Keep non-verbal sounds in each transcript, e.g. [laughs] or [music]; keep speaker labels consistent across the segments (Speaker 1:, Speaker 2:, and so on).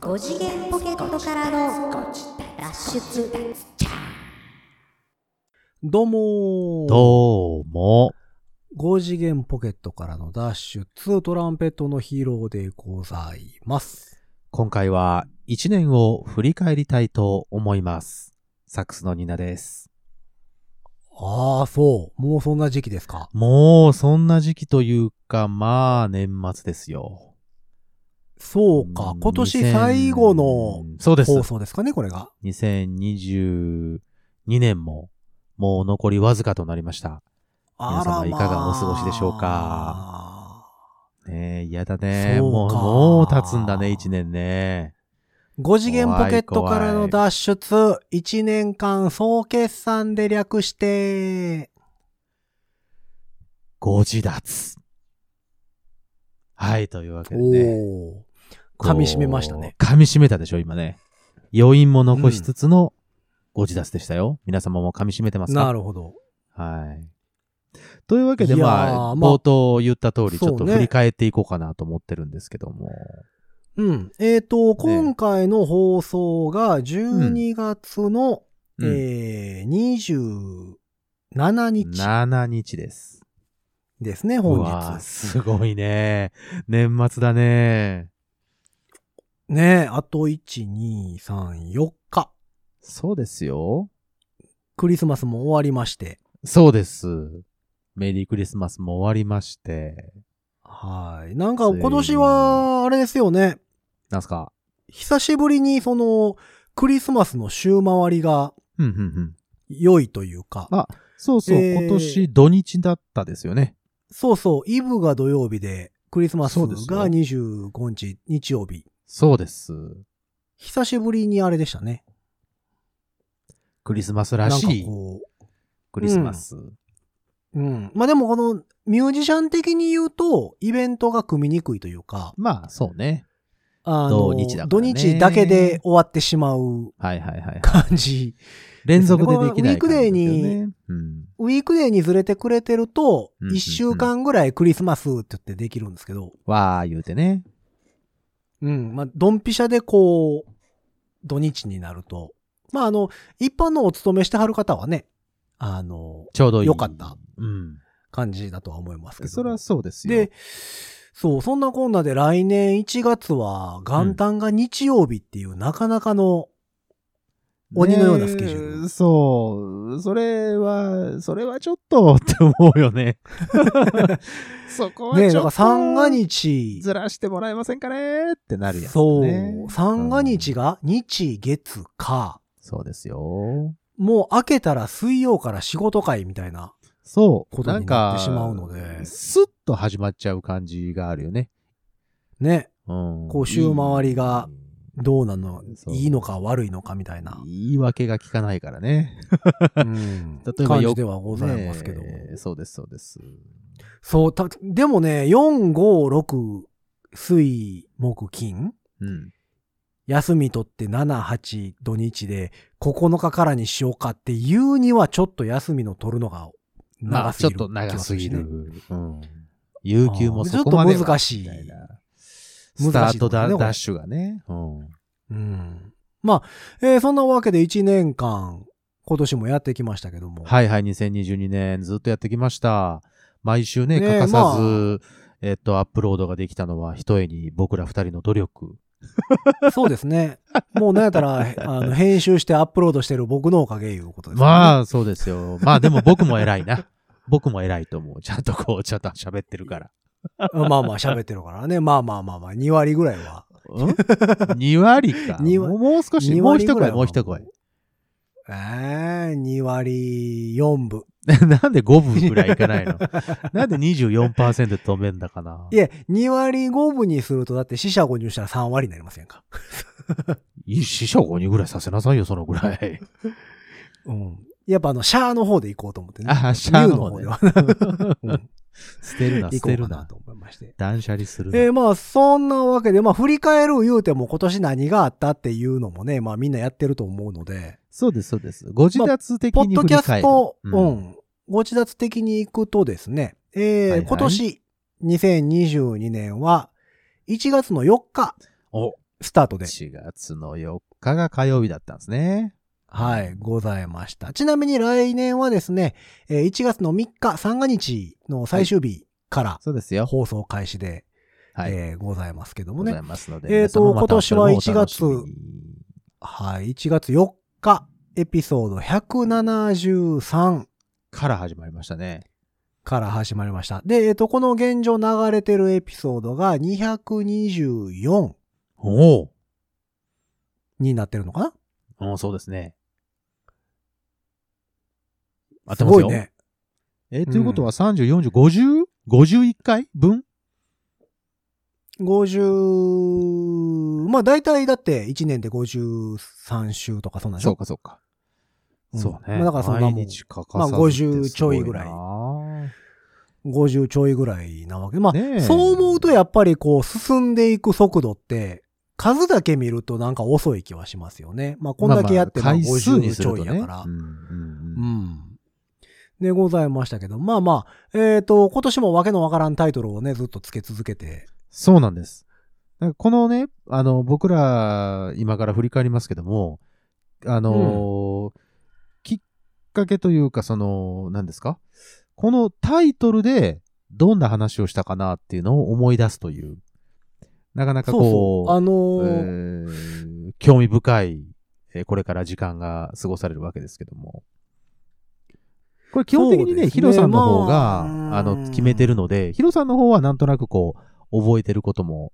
Speaker 1: 5次元ポケットからの脱出
Speaker 2: どうもー
Speaker 3: どうも。
Speaker 2: 5次元ポケットからのダッシュ2トランペットのヒーローでございます。
Speaker 3: 今回は一年を振り返りたいと思います。サックスのニナです。
Speaker 2: ああ、そう。もうそんな時期ですか。
Speaker 3: もうそんな時期というか、まあ年末ですよ。
Speaker 2: そうか。今年最後の
Speaker 3: 2000そうです
Speaker 2: 放。送ですかね、これが。
Speaker 3: 2022年ももう残りわずかとなりました。皆様
Speaker 2: あらまあ
Speaker 3: いかがお過ごしでしょうか。ねえ、嫌だね。
Speaker 2: そう
Speaker 3: もう、
Speaker 2: か
Speaker 3: もう経つんだね、一年ね。
Speaker 2: 5次元ポケットからの脱出、1年間総決算で略して、
Speaker 3: ご自立。はい、というわけでね。
Speaker 2: おー。噛み締めましたね。
Speaker 3: こう。噛み締めたでしょ、今ね。余韻も残しつつのご自立でしたよ。皆様も噛み締めてますか
Speaker 2: なるほど。
Speaker 3: はい。というわけで、
Speaker 2: いやー
Speaker 3: まあ、
Speaker 2: まあ
Speaker 3: 冒頭言った通り、ちょっ
Speaker 2: そ
Speaker 3: と
Speaker 2: うね
Speaker 3: 振り返っていこうかなと思ってるんですけども。
Speaker 2: うん。えっ、と、今回の放送が12月の、
Speaker 3: うん
Speaker 2: えー、27日
Speaker 3: 7日です。
Speaker 2: ですね、
Speaker 3: う
Speaker 2: 本
Speaker 3: わー
Speaker 2: 日。
Speaker 3: すごいね。年末だね。
Speaker 2: ねえあと1、2、3、4日。
Speaker 3: そうですよ。
Speaker 2: クリスマスも終わりまして。
Speaker 3: そうです。メリークリスマスも終わりまして。
Speaker 2: はい。なんか今年は、あれですよね。
Speaker 3: なんすか
Speaker 2: 久しぶりにその、クリスマスの週回りが
Speaker 3: うん、うん、うん。
Speaker 2: 良いというか。
Speaker 3: あそうそう、
Speaker 2: えー
Speaker 3: 今年土日だったですよね。
Speaker 2: そうそう、イブが土曜日で、クリスマス
Speaker 3: そうですよ
Speaker 2: が25日、日曜日。
Speaker 3: そうです。
Speaker 2: 久しぶりにあれでしたね。
Speaker 3: クリスマスらし
Speaker 2: なんか
Speaker 3: い
Speaker 2: こ
Speaker 3: クリスマス。
Speaker 2: う、うん。まあでもこのミュージシャン的に言うと、イベントが組みにくいというか、
Speaker 3: まあ、そうね。
Speaker 2: あ
Speaker 3: 土日だからね
Speaker 2: 土日だけで終わってしまう
Speaker 3: はいはいは
Speaker 2: [laughs]
Speaker 3: い。
Speaker 2: 感
Speaker 3: [laughs]
Speaker 2: じ。
Speaker 3: 連続でできない
Speaker 2: こ
Speaker 3: 感
Speaker 2: れはウィ
Speaker 3: じ
Speaker 2: ークデーに
Speaker 3: ですよね。うん。
Speaker 2: ウィークデーにずれてくれてると
Speaker 3: うんう、んうん
Speaker 2: 一週間ぐらいクリスマスって言ってできるんですけど、
Speaker 3: わー言うてね。
Speaker 2: うん。まあ、ドンピシャでこう、土日になると。まああの、一般のお勤めしてはる方はね、あの、
Speaker 3: ちょうどいい。
Speaker 2: よかった。
Speaker 3: うん。
Speaker 2: 感じだとは思いますけど。
Speaker 3: それはそうですよ。
Speaker 2: で、そう、そんなこんなで来年1月は元旦が日曜日っていうなかなかの、鬼のようなスケジュール
Speaker 3: ねえそう。それは、それはちょっとって思う
Speaker 2: [laughs]
Speaker 3: よね。そこはちょ
Speaker 2: ね
Speaker 3: っ
Speaker 2: え、
Speaker 3: と。
Speaker 2: だから三が日、
Speaker 3: ずらしてもらえませんかねってなるやつ、ね。
Speaker 2: そう、三が日
Speaker 3: が。
Speaker 2: が日、月、火。
Speaker 3: そうですよ。
Speaker 2: もう明けたら水曜から仕事会みたいな。
Speaker 3: そう。
Speaker 2: ことになってしまうので
Speaker 3: なんかスッと始まっちゃう感じがあるよね。
Speaker 2: ね。
Speaker 3: うん。
Speaker 2: こう週回りがどうなの
Speaker 3: そう
Speaker 2: いいのか悪いのかみたいな。
Speaker 3: 言い訳が聞かないからね。
Speaker 2: うん
Speaker 3: 例えば
Speaker 2: 感
Speaker 3: よ
Speaker 2: じではございますけど。
Speaker 3: ねえそうです、そうです。
Speaker 2: そう、た、でもね、4、5、6、水、木、金
Speaker 3: うん。
Speaker 2: 休み取って7、8土日で9日からにしようかっていうにはちょっと休みの取るのが
Speaker 3: ま
Speaker 2: 長
Speaker 3: あ、
Speaker 2: す
Speaker 3: ちょ
Speaker 2: ぎ
Speaker 3: っ
Speaker 2: る、
Speaker 3: と長すぎ
Speaker 2: 気が
Speaker 3: る。うん。有給もそこまでは
Speaker 2: ちょっと難しい
Speaker 3: みたなスタ
Speaker 2: 難しい
Speaker 3: ートだ
Speaker 2: とこねこれ
Speaker 3: ダッシュがね。うん。
Speaker 2: するね。うん。まあ、えーそんなわけで1年間、今年もやってきましたけども。
Speaker 3: はいはい、2022年ずっとやってきました。毎週ね、
Speaker 2: ねえ
Speaker 3: 欠かさ
Speaker 2: ま
Speaker 3: ず、えっと、アップロードができたのは、ひとえに僕ら二人の努力。
Speaker 2: そうですね。もうなんやった
Speaker 3: [laughs]
Speaker 2: ら、あの、編集してアップロードしてる僕のおかげいうことです、ね。
Speaker 3: ま
Speaker 2: あ。
Speaker 3: あ、そうですよ。まあ、でも僕も偉いな。僕も偉いと思う。ちゃんとこう、ちゃんと喋ってるから。
Speaker 2: まあまあ喋ってるからね。まあまあまあまあ、2割ぐらいは。
Speaker 3: うん2割か。
Speaker 2: 二割
Speaker 3: もうもう少し、
Speaker 2: 二
Speaker 3: もう
Speaker 2: 割
Speaker 3: 一
Speaker 2: ぐらい
Speaker 3: 声、
Speaker 2: は
Speaker 3: もう一声。
Speaker 2: ええー、2割4分。
Speaker 3: [laughs] なんで5分ぐらいいかないの [laughs] なんで24%止めんだかない
Speaker 2: え、2割5分にすると、だって死者誤入したら3割になりませんか。
Speaker 3: いい死者5人ぐらいさせなさいよ、そのぐらい。 [laughs]
Speaker 2: うん。やっぱあの、シャーの方で行こうと思ってね。
Speaker 3: あ、シャーの方
Speaker 2: ニ
Speaker 3: ね
Speaker 2: ュ。 [laughs] うん
Speaker 3: 捨てるな、
Speaker 2: 行
Speaker 3: 捨
Speaker 2: こうか
Speaker 3: てる
Speaker 2: な
Speaker 3: な
Speaker 2: と。思いまして。
Speaker 3: 断捨離するな。
Speaker 2: えーまあ、そんなわけで、まあ、振り返る言うても今年何があったっていうのもね、まあ、みんなやってると思うので、
Speaker 3: そうです、そうです。ご自立的
Speaker 2: ポッ
Speaker 3: に
Speaker 2: ド
Speaker 3: 振
Speaker 2: キ
Speaker 3: り
Speaker 2: ャス
Speaker 3: 返る。
Speaker 2: ト、う、
Speaker 3: うんん
Speaker 2: ご自立的に行くとですね、えー
Speaker 3: はいはい
Speaker 2: 今年、2022年は、1月の4日、
Speaker 3: お、
Speaker 2: スタートで。
Speaker 3: 4月の4日が火曜日だったんですね。
Speaker 2: はい、ございました。ちなみに来年はですね、えー1月の3日、三が日の最終日から
Speaker 3: そうですよ。
Speaker 2: 放送開始で、
Speaker 3: はい。
Speaker 2: えーございますけども
Speaker 3: ござ
Speaker 2: ね
Speaker 3: い。ますので。
Speaker 2: えーと
Speaker 3: 皆様また
Speaker 2: 今年は1月
Speaker 3: それもお楽しみに
Speaker 2: はい、1月4日、エピソード173
Speaker 3: から始まりましたね。
Speaker 2: から始まりました。で、えっ、と、この現状流れてるエピソードが224
Speaker 3: お
Speaker 2: になってるのかな
Speaker 3: おそうですね。合っ
Speaker 2: す
Speaker 3: てます
Speaker 2: ご
Speaker 3: よ。
Speaker 2: いね。
Speaker 3: えーということは30、40、50、51回分
Speaker 2: 50、まあ大体だって1年で53週とかそんなんでしょ
Speaker 3: そうか、そうか。
Speaker 2: うん
Speaker 3: そうね。
Speaker 2: まあだからそんなもん
Speaker 3: 毎日欠かさず
Speaker 2: まあ50ちょいぐらい
Speaker 3: ってすごな
Speaker 2: 50ちょいぐらいなわけ。まあ、
Speaker 3: ねえ
Speaker 2: そう思うとやっぱりこう進んでいく速度って、数だけ見るとなんか遅い気はしますよね。まあこんだけやって
Speaker 3: まあまあ回数に
Speaker 2: 50
Speaker 3: す
Speaker 2: ち
Speaker 3: る
Speaker 2: ょ
Speaker 3: と
Speaker 2: い
Speaker 3: ね
Speaker 2: やから
Speaker 3: う。んうん
Speaker 2: う
Speaker 3: うん
Speaker 2: ん。でございましたけど、まあまあ、えっ、と、今年もわけのわからんタイトルをね、ずっとつけ続けて、
Speaker 3: そうなんです。だからこのね、あの、僕ら、今から振り返りますけども、あのーきっかけというか、その、何ですかこのタイトルで、どんな話をしたかなっていうのを思い出すという、なかなか
Speaker 2: そうそ
Speaker 3: こ
Speaker 2: う、あの
Speaker 3: う、
Speaker 2: ー
Speaker 3: えー興味深い、えーこれから時間が過ごされるわけですけども。これ基本的に
Speaker 2: そうです
Speaker 3: ね、
Speaker 2: ね
Speaker 3: ヒロさんの方が、
Speaker 2: まあ
Speaker 3: あ、
Speaker 2: うん
Speaker 3: の、決めてるので、ヒロさんの方はなんとなくこう、覚えてることも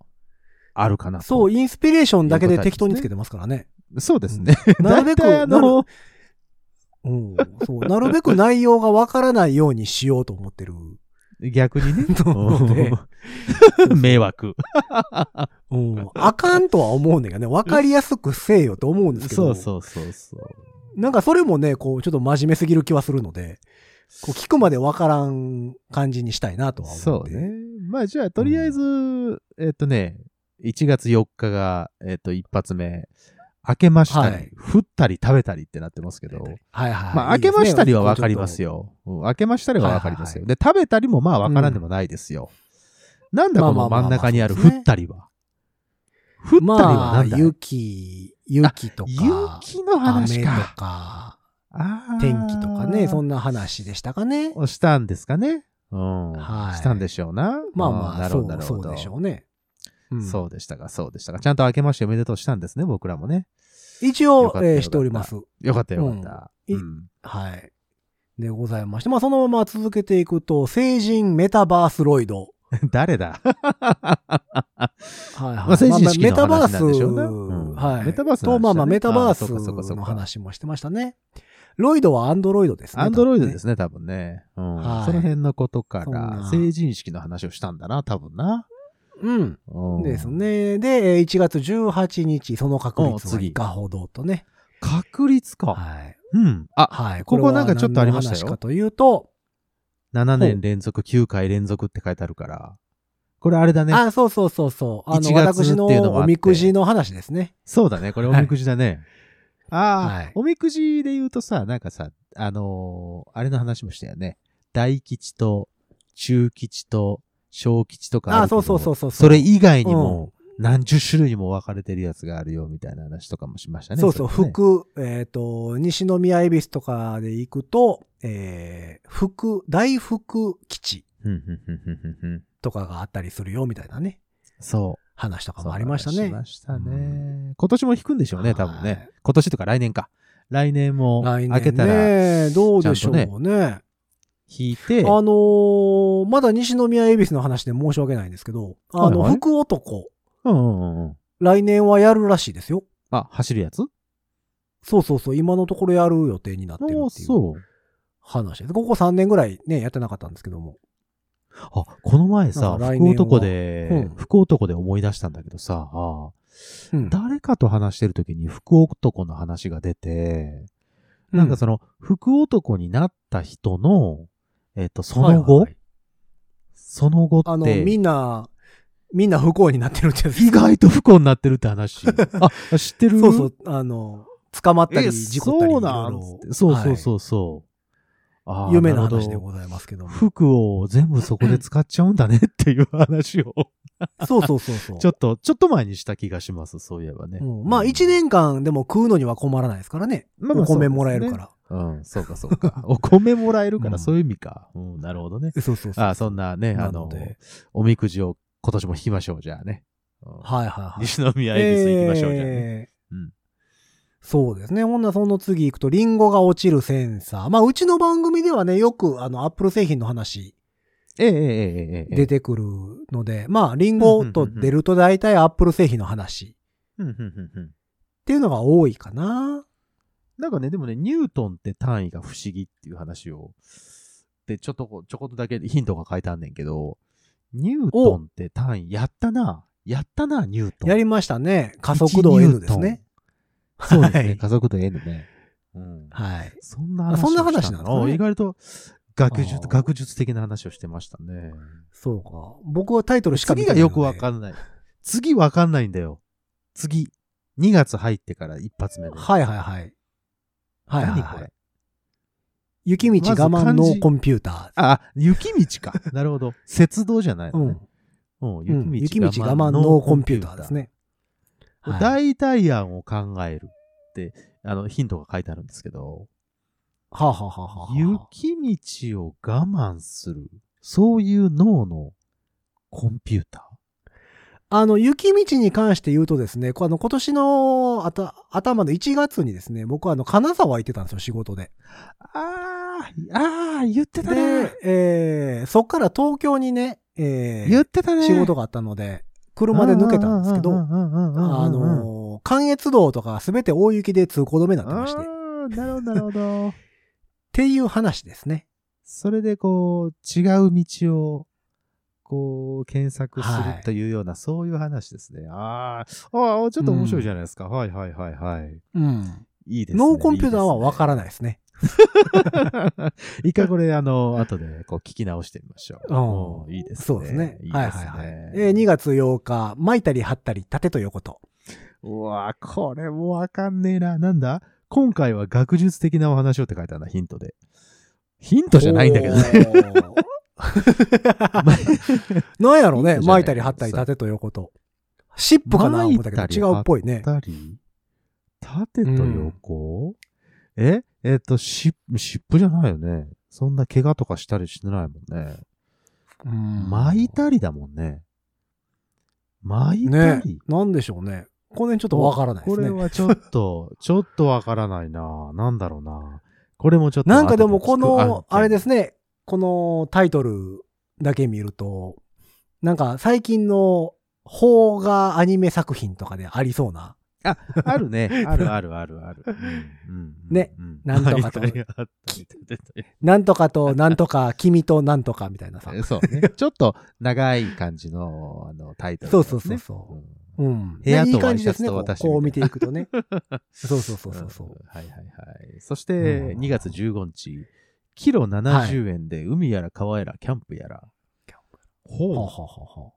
Speaker 3: あるかなと。
Speaker 2: そう、インスピレーションだけで
Speaker 3: いうことですね
Speaker 2: 適当につけてますから
Speaker 3: [laughs]
Speaker 2: ね。
Speaker 3: そうですね。
Speaker 2: [laughs] なるべく、
Speaker 3: 大体あの、
Speaker 2: うん、そう、なるべく内容がわからないようにしようと思ってる。
Speaker 3: 逆にね
Speaker 2: [laughs] の
Speaker 3: [laughs]
Speaker 2: で、
Speaker 3: 迷惑。 [laughs]
Speaker 2: うん、あかんとは思うねんがね、わかりやすくせえよと思うんですけ
Speaker 3: そ
Speaker 2: ど、
Speaker 3: うそうそうそう。
Speaker 2: なんかそれもね、こう、ちょっと真面目すぎる気はするので、こう聞くまでわからん感じにしたいなとは思
Speaker 3: そ
Speaker 2: っ
Speaker 3: う
Speaker 2: て。
Speaker 3: ね。まあじゃあ、とりあえず、えっとね、1月4日が、えっと、一発目。明けましたり、
Speaker 2: はい
Speaker 3: 降ったり食べたりってなってますけど。
Speaker 2: はいはい。
Speaker 3: まあ、明けましたりはわかります。よ。うん明けましたりはわかりますよ。で、食べたりもまあわからんでもないですよ。なんだこ
Speaker 2: まあ
Speaker 3: の
Speaker 2: まあまあまあ
Speaker 3: 真ん中にある
Speaker 2: そうです
Speaker 3: 降
Speaker 2: ね
Speaker 3: ったりは。降ったりは
Speaker 2: まあ、
Speaker 3: なんだろう
Speaker 2: 雪、雪とか、
Speaker 3: 雪の話
Speaker 2: 雨と
Speaker 3: か。
Speaker 2: か、
Speaker 3: あー
Speaker 2: 天気とかね、そんな話でしたかね。
Speaker 3: をしたんですかね。うん。
Speaker 2: はい
Speaker 3: したんでしょうな。
Speaker 2: まあ
Speaker 3: うん
Speaker 2: ま
Speaker 3: な
Speaker 2: あ、
Speaker 3: る
Speaker 2: そ
Speaker 3: ほど、な
Speaker 2: う
Speaker 3: る
Speaker 2: そ
Speaker 3: ほ
Speaker 2: う
Speaker 3: ど。
Speaker 2: でしょうね。うん
Speaker 3: そうでしたか、そうでしたか。ちゃんと明けましておめでとうしたんですね、僕らもね。
Speaker 2: 一
Speaker 3: よ
Speaker 2: 応
Speaker 3: かっ、たよ
Speaker 2: えー
Speaker 3: かった
Speaker 2: しております。
Speaker 3: よかった、よかった。
Speaker 2: うん
Speaker 3: う
Speaker 2: い
Speaker 3: ん
Speaker 2: はい。でございまして、まあそのまま続けていくと、成人メタバースロイド。
Speaker 3: [laughs] 誰だ
Speaker 2: はいはい。
Speaker 3: まあ成人式の
Speaker 2: まあまあ
Speaker 3: 話なんでしょうなうん
Speaker 2: はい。
Speaker 3: メタバースの話だね
Speaker 2: と、まあまあ、メタバー
Speaker 3: あそうかそうか
Speaker 2: ス
Speaker 3: そうか
Speaker 2: の話もしてましたね。ロイドはアンドロイドですね。。
Speaker 3: アンドロイドですすね、多分ね。うん
Speaker 2: はい
Speaker 3: その辺のことか
Speaker 2: そんな
Speaker 3: ら、成人式の話をしたんだな、多分な。
Speaker 2: うん。
Speaker 3: うん
Speaker 2: です。ね。で、えー1月18日、その確率
Speaker 3: お
Speaker 2: は
Speaker 3: 次
Speaker 2: いかほどとね。
Speaker 3: 確率か。
Speaker 2: はい。
Speaker 3: うん。あ、
Speaker 2: はい。
Speaker 3: ここ
Speaker 2: れは
Speaker 3: なんかちょっとありましたよ
Speaker 2: 何の話かというと、
Speaker 3: 7年連続、9回連続って書いてあるから。これあれだね。
Speaker 2: あ、そうそうそうそう。あの、
Speaker 3: 1月
Speaker 2: 私の
Speaker 3: っていうのもあって
Speaker 2: おみくじの話ですね。
Speaker 3: そうだね、これおみくじだね。
Speaker 2: は
Speaker 3: あ
Speaker 2: い
Speaker 3: あ、おみくじで言うとさ、なんかさ、あのーあれの話もしたよね。大吉と、中吉と、小吉とか
Speaker 2: あ
Speaker 3: るけど
Speaker 2: そうそうそうそうそう
Speaker 3: それ以外にも、何十種類にも分かれてるやつがあるよ、みたいな話とかもしましたね。
Speaker 2: そうそう、
Speaker 3: れね
Speaker 2: 福、えっ、と、西宮恵比寿とかで行くと、えー、福、大福基地
Speaker 3: ふんふんふんふんふんふん
Speaker 2: とかがあったりするよみたいなね、
Speaker 3: そう。
Speaker 2: 話とか
Speaker 3: そう
Speaker 2: もありましたね
Speaker 3: し。ましたね。
Speaker 2: う
Speaker 3: 今年も引くんでしょう
Speaker 2: は
Speaker 3: ね、
Speaker 2: い
Speaker 3: 多分ね。今年とか来年か。来年も
Speaker 2: 来
Speaker 3: 開け
Speaker 2: 年
Speaker 3: たら
Speaker 2: ね、どうでしょうね。
Speaker 3: ちゃん引いて、
Speaker 2: あのーまだ西宮恵比寿の話で申し訳ないんですけど、あの、
Speaker 3: はいはい
Speaker 2: 福男、
Speaker 3: うんうんうんうん。
Speaker 2: 来年はやるらしいですよ。
Speaker 3: あ、走るやつ
Speaker 2: そうそうそう、今のところやる予定になってる
Speaker 3: ああ
Speaker 2: っていう
Speaker 3: そう。
Speaker 2: 話です。ここ3年ぐらいね、やってなかったんですけども。
Speaker 3: あ、この前さ、
Speaker 2: なんか来年
Speaker 3: 福
Speaker 2: は
Speaker 3: 男で、
Speaker 2: うん
Speaker 3: 福男で思い出したんだけどさ、あ
Speaker 2: うん
Speaker 3: 誰かと話してる時に福男の話が出て、なんかその、福男になった人の、えっ、と、その後、
Speaker 2: はいはい
Speaker 3: その後
Speaker 2: あ
Speaker 3: っ
Speaker 2: の、
Speaker 3: て、
Speaker 2: みんな、みんな不幸になってるってやつ。
Speaker 3: 意外と不幸になってるって話。
Speaker 2: [laughs]
Speaker 3: あ、知ってる
Speaker 2: そうそう、あの、捕まったり、
Speaker 3: え
Speaker 2: 事故ったり、
Speaker 3: そ
Speaker 2: いう
Speaker 3: な
Speaker 2: ろい
Speaker 3: んつ
Speaker 2: ろ
Speaker 3: ってそうそう
Speaker 2: は
Speaker 3: そうそう。
Speaker 2: い
Speaker 3: あー
Speaker 2: 有名な
Speaker 3: るほど
Speaker 2: 話でございますけども。
Speaker 3: 服を全部そこで使っちゃうんだねっていう話を
Speaker 2: そうそうそうそう。
Speaker 3: ちょっと、ちょっと前にした気がします、そういえばね。
Speaker 2: うんまあ1年間でも食うのには困らないですからね。
Speaker 3: まあまあ
Speaker 2: お米もらえるから。
Speaker 3: うん、そうかそうか。 [laughs] お米もらえるか
Speaker 2: う
Speaker 3: ら、
Speaker 2: ん
Speaker 3: そういう意味か。うん、なるほどね。
Speaker 2: そうそうそう。
Speaker 3: あそんなね、あ
Speaker 2: な
Speaker 3: の
Speaker 2: の、で。
Speaker 3: おみくじを今年も引きましょう、じゃあね。うん
Speaker 2: はいはいはい。
Speaker 3: 西宮恵比寿行きましょう、じゃあね。
Speaker 2: えー
Speaker 3: うん
Speaker 2: そうですね。ほんならその次行くと、リンゴが落ちるセンサー。まあ、うちの番組ではね、よく、あの、アップル製品の話
Speaker 3: ええええええええ
Speaker 2: 出てくるので、まあ、リンゴと出ると大体アップル製品の話っ
Speaker 3: うんうんうんうん
Speaker 2: ていうのが多いかな。
Speaker 3: なんかね、でもね、ニュートンって単位が不思議っていう話を、で、ちょっとこう、ちょこっとだけヒントが書いてあんねんけど、ニュートンって単位、やったな、やったな、ニュートン。
Speaker 2: やりましたね。加速度 N ですね。
Speaker 3: 1ニュートン。そうです
Speaker 2: は
Speaker 3: ね、
Speaker 2: い
Speaker 3: 加速度 N ね。うん。
Speaker 2: はい。
Speaker 3: そんな
Speaker 2: あ
Speaker 3: 話
Speaker 2: そんな話
Speaker 3: をした
Speaker 2: なんですかね
Speaker 3: 意外と学
Speaker 2: あ
Speaker 3: 術、
Speaker 2: ー
Speaker 3: 学術的な話をしてましたね。
Speaker 2: そうか。僕はタイトルしか見
Speaker 3: 次
Speaker 2: てな
Speaker 3: が
Speaker 2: い。
Speaker 3: よくわか
Speaker 2: ん
Speaker 3: んない。次わかんないんだよ。次。2月入ってから一発目で。
Speaker 2: はいはいはい。はいはい、
Speaker 3: 何こ
Speaker 2: は
Speaker 3: れ
Speaker 2: い。雪道我慢のコンピューター。
Speaker 3: あ、雪道
Speaker 2: [laughs]
Speaker 3: か。なるほど。雪道じゃないのね。うん
Speaker 2: うん。うん雪道我慢のコンピューターです。ね。はい
Speaker 3: 代替案を考えるって、あの、ヒントが書いてあるんですけど、
Speaker 2: はあ、はあはあはあはあ、
Speaker 3: 雪道を我慢する、そういう脳のコンピュータ
Speaker 2: あの、雪道に関して言うとですね、こうあの、今年のあた頭の1月にですね、僕はあの、金沢行ってたんですよ、仕事で。
Speaker 3: ー。あー、あー、言ってたね
Speaker 2: で。、えー、そっから東京にね、え
Speaker 3: 言
Speaker 2: ー
Speaker 3: っ、てたね。
Speaker 2: 仕事があったので、車で抜けたんですけど、
Speaker 3: う
Speaker 2: あ
Speaker 3: んうんうんうんうんうん、
Speaker 2: のー、関越道とかすべて大雪で通行止めになってまして、っ
Speaker 3: あーなるほど、なるほど。
Speaker 2: ていう話ですね。
Speaker 3: [laughs] それでこう、違う道を、こう、検索するというような、そういう話ですね。あーあー、ちょっと面白いじゃないですか。はいはいはいはい。
Speaker 2: うん。
Speaker 3: いいですね。
Speaker 2: ノーコンピューターはわからないですね。
Speaker 3: ない。 [laughs] 一回これ、あの、後で、こう、聞き直してみましょ
Speaker 2: う
Speaker 3: う。
Speaker 2: ん
Speaker 3: うんいいですね。
Speaker 2: そうですね。
Speaker 3: いいですね。
Speaker 2: はいはいはい。えー、2月8日、巻いたり貼ったり、縦と横と。
Speaker 3: うわーこれもわかんねえな。なんだ今回は学術的なお話をって書いてあるな、ヒントで。ヒントじゃないんだけどね。
Speaker 2: ど。なんやろう
Speaker 3: いい
Speaker 2: ね。
Speaker 3: んじゃない
Speaker 2: 巻いたり貼ったり、縦と横と。シップかな思ったけど、
Speaker 3: 巻いたり
Speaker 2: 違うっぽいね。
Speaker 3: たり縦と横、ええっと、湿布、湿布じゃないよね。そんな怪我とかしたりしてないもんね。
Speaker 2: うん
Speaker 3: 巻いたりだもんね。巻いたり、
Speaker 2: なんでしょうね。この辺ちょっとわからないで
Speaker 3: こ
Speaker 2: す
Speaker 3: れ
Speaker 2: ね。
Speaker 3: はちょっ
Speaker 2: [laughs]
Speaker 3: と、ちょっとわからないな。なんだろうな。これもちょっと
Speaker 2: なん
Speaker 3: 後
Speaker 2: かで
Speaker 3: で聞く。。
Speaker 2: もこの、あれですすね。このタイトルだけ見ると、なんか最近の邦画アニメ作品とかでありそうな。
Speaker 3: あ
Speaker 2: [laughs]
Speaker 3: るね。あるあるあるある。うんうんうん
Speaker 2: ね
Speaker 3: うん
Speaker 2: なんとかと
Speaker 3: 巻いたり
Speaker 2: [laughs]
Speaker 3: あったり出てたり
Speaker 2: なんとか
Speaker 3: [laughs]
Speaker 2: となんとか、君となんとかみたいなさ。
Speaker 3: そうね。ちょっと長い感じのあのタイトル、ね。
Speaker 2: そうそうそうそう
Speaker 3: うん
Speaker 2: うん。
Speaker 3: 部屋と
Speaker 2: いい感じですね。こ
Speaker 3: ワイ
Speaker 2: う
Speaker 3: シャツと私
Speaker 2: こう見
Speaker 3: みた
Speaker 2: て
Speaker 3: い
Speaker 2: いくとね。そうそうそうそうそう。
Speaker 3: はいはいはい。そして、
Speaker 2: うん
Speaker 3: 2月15日、キロ70円で海やら川やらキャンプやら。
Speaker 2: キャン
Speaker 3: [laughs] ほう
Speaker 2: はあは
Speaker 3: ほう
Speaker 2: あはあはあ。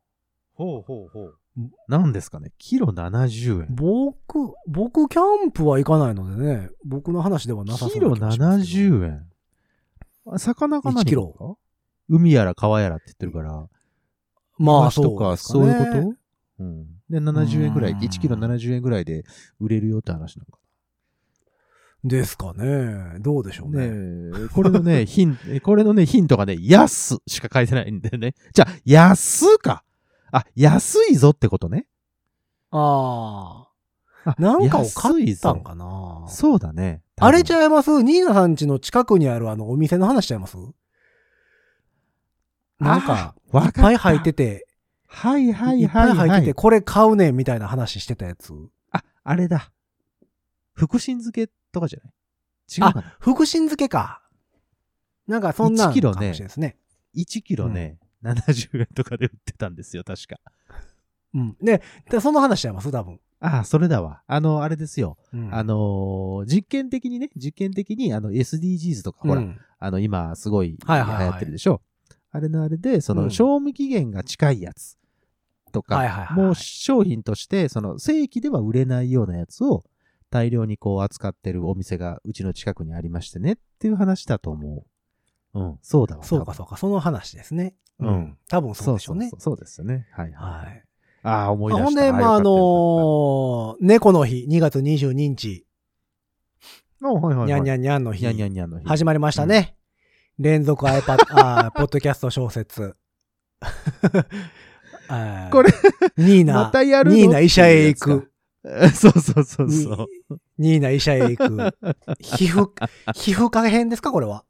Speaker 3: ほうほうんなんですかね、キロ70円。
Speaker 2: 僕、僕、キャンプは行かないのでね、僕の話ではなさそう
Speaker 3: キロ
Speaker 2: な気がしますけど
Speaker 3: 70円。あ魚が何
Speaker 2: 1キロ
Speaker 3: 海やら川やらって言ってるから。
Speaker 2: まあ、
Speaker 3: イワシ
Speaker 2: そ
Speaker 3: と
Speaker 2: う
Speaker 3: か、
Speaker 2: ですか
Speaker 3: そう
Speaker 2: ね
Speaker 3: いうことうん。で、70円ぐらい、
Speaker 2: うん
Speaker 3: 1キロ70円ぐらいで売れるよって話なのか。
Speaker 2: ですかね。どうでしょうね。
Speaker 3: ねえ、これの
Speaker 2: [laughs]
Speaker 3: ね、ヒント、これのね、ヒントがね、安しか書いてないんだよね。じゃあ、安か。あ、安いぞってことね。
Speaker 2: あ
Speaker 3: あ
Speaker 2: あ。なんかを買
Speaker 3: 安い
Speaker 2: っ
Speaker 3: ぞ
Speaker 2: たんかな。
Speaker 3: そうだね。
Speaker 2: あれち
Speaker 3: ゃ
Speaker 2: ゃいますニーナさん家の近くにあるあのお店の話ちゃいますなんか、い
Speaker 3: わか
Speaker 2: っ
Speaker 3: った
Speaker 2: ぱい入ってて、
Speaker 3: はいはい
Speaker 2: いっ
Speaker 3: は
Speaker 2: ぱ
Speaker 3: い、
Speaker 2: い
Speaker 3: はい。
Speaker 2: 入ってて、これ買うねんみたいな話してたやつ。
Speaker 3: あ、あれだ。福神漬けとかじゃない違うかな。
Speaker 2: 福神漬けか。なんかそんなん
Speaker 3: 1キ
Speaker 2: か
Speaker 3: ロ
Speaker 2: も
Speaker 3: ね
Speaker 2: しれないですね。
Speaker 3: 1キロね、70円とかで売ってたんですよ、確か。
Speaker 2: うん。で、でその話しちゃいます多分。
Speaker 3: ああ、それだわ。あの、あれですよ。
Speaker 2: うん
Speaker 3: あのー実験的にね、実験的に、あの、SDGs とか、ほら
Speaker 2: う、ん
Speaker 3: あの、今、すごい流
Speaker 2: はいはいはい
Speaker 3: 行ってるでしょ。あれのあれで、その、
Speaker 2: うん
Speaker 3: 賞味期限が近いやつと
Speaker 2: はいはいは
Speaker 3: か、
Speaker 2: いはい
Speaker 3: もう商品として、その、正規では売れないようなやつを大量にこう扱ってるお店がうちの近くにありましてねっていう話だと思う。うん、そうだわ。
Speaker 2: そうか、そうか。その話ですね。
Speaker 3: うん。
Speaker 2: 多分
Speaker 3: 多分
Speaker 2: そう
Speaker 3: そう
Speaker 2: でしょうね
Speaker 3: そう。そうですよね。はい。
Speaker 2: はい。
Speaker 3: ああ、思い
Speaker 2: あ
Speaker 3: 出した。
Speaker 2: ほんで、まあ、あ
Speaker 3: よかったよかっ
Speaker 2: のー猫の日、2月22日、
Speaker 3: たあはいはいは
Speaker 2: にゃ
Speaker 3: い。
Speaker 2: んにゃんにゃんの
Speaker 3: に
Speaker 2: 日
Speaker 3: ゃんにゃんにゃんの日。
Speaker 2: 始まりましたね。連続 iPad、あー
Speaker 3: [laughs]
Speaker 2: ポッドキャスト小説。 [laughs] あー
Speaker 3: これ、
Speaker 2: ニー
Speaker 3: ま
Speaker 2: ナ、
Speaker 3: たやるの
Speaker 2: ニーナ医者へ行く。。
Speaker 3: [laughs] そうそうそうそう。
Speaker 2: ニーナ医者へ行
Speaker 3: [laughs]
Speaker 2: く。皮膚、皮膚科編ですかこれは。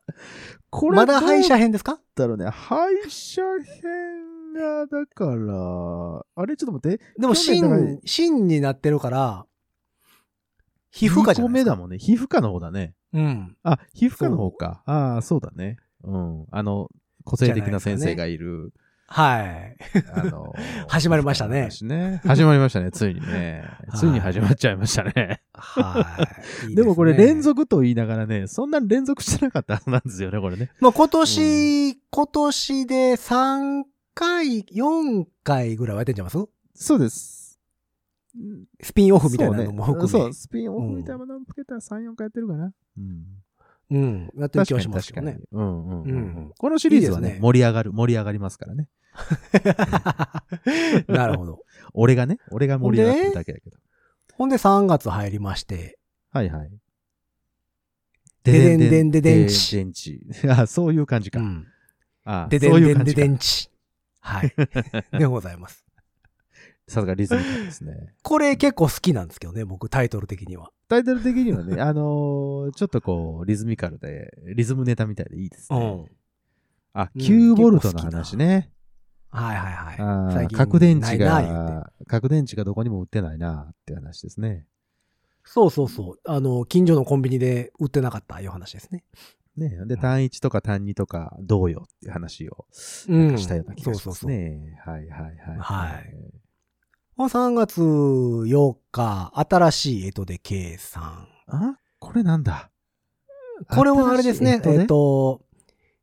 Speaker 3: これ
Speaker 2: まだ歯医者
Speaker 3: 編
Speaker 2: 編ですか
Speaker 3: だろうね。歯医者編が、だから、あれちょっと待って。
Speaker 2: でも、
Speaker 3: 去年だから
Speaker 2: 芯、芯になってるから、皮膚科じゃないで
Speaker 3: 二個目
Speaker 2: すか。
Speaker 3: だもんね。皮膚科の方だね。
Speaker 2: うん。
Speaker 3: あ、皮膚科の方か。ああ、そうだね。うん。あの、個性的な先生がいる。
Speaker 2: はい。
Speaker 3: あの
Speaker 2: [laughs] 始まりましたね
Speaker 3: 皮膚科の話ね [laughs] 始まりましたね。ついにね
Speaker 2: は。い
Speaker 3: ついに始まっちゃいましたね。
Speaker 2: はい。いい
Speaker 3: でもこれ
Speaker 2: すね
Speaker 3: 連続と言いながらね、そんな連続してなかったはずなんですよね、これね。
Speaker 2: まあ今年、今年で3回、4回ぐらいはやってんじゃいます
Speaker 3: そうです。
Speaker 2: スピンオフみたいなのも含め。
Speaker 3: そう、スピンオフみたいなのも含めたら3、4回やってるかな。うん。
Speaker 2: うん。やってる気はしますけどね。
Speaker 3: うんうんうんうん
Speaker 2: うん
Speaker 3: このシリーズはね
Speaker 2: いいですね
Speaker 3: 盛り上がる、盛り上がりま
Speaker 2: [laughs]
Speaker 3: すからね。
Speaker 2: なるほど。
Speaker 3: 俺がね、俺が盛り上がってるだけだけど。
Speaker 2: ほんで3月入りまして、
Speaker 3: はいはい。
Speaker 2: ででんでんででんち
Speaker 3: でんち。 [laughs] あ、そういう感じ
Speaker 2: う
Speaker 3: か。
Speaker 2: ん。
Speaker 3: あ
Speaker 2: でで
Speaker 3: そうんい
Speaker 2: で
Speaker 3: うん感
Speaker 2: で
Speaker 3: じか
Speaker 2: で。んち。
Speaker 3: [laughs]
Speaker 2: はい。でございます。
Speaker 3: さすがリズム感ですね。
Speaker 2: これ結構好きなんですけどね、僕タイトル的には。
Speaker 3: タイトル的にはね、
Speaker 2: [laughs]
Speaker 3: あのーちょっとこう、リズミカルで、リズムネタみたいでいいです
Speaker 2: う
Speaker 3: ね。
Speaker 2: ん。
Speaker 3: あ、
Speaker 2: うん
Speaker 3: 9ボルトの話ね。
Speaker 2: はいはい
Speaker 3: あ
Speaker 2: はい。
Speaker 3: ー
Speaker 2: 最近
Speaker 3: 核電池
Speaker 2: ないな言って
Speaker 3: が、核電池がどこにも売ってないなって話ですね。
Speaker 2: そうそうそう。あの、近所のコンビニで売ってなかったいう話ですね。
Speaker 3: ね。で、単1とか単2とかどうよっていう話を
Speaker 2: うん
Speaker 3: なんかしたような気がしますね。はいはいはい。
Speaker 2: はいまあ3月8日、新しい干支で計算。
Speaker 3: あこれなんだ。
Speaker 2: これはあれですね、えっ、
Speaker 3: 新しい
Speaker 2: と、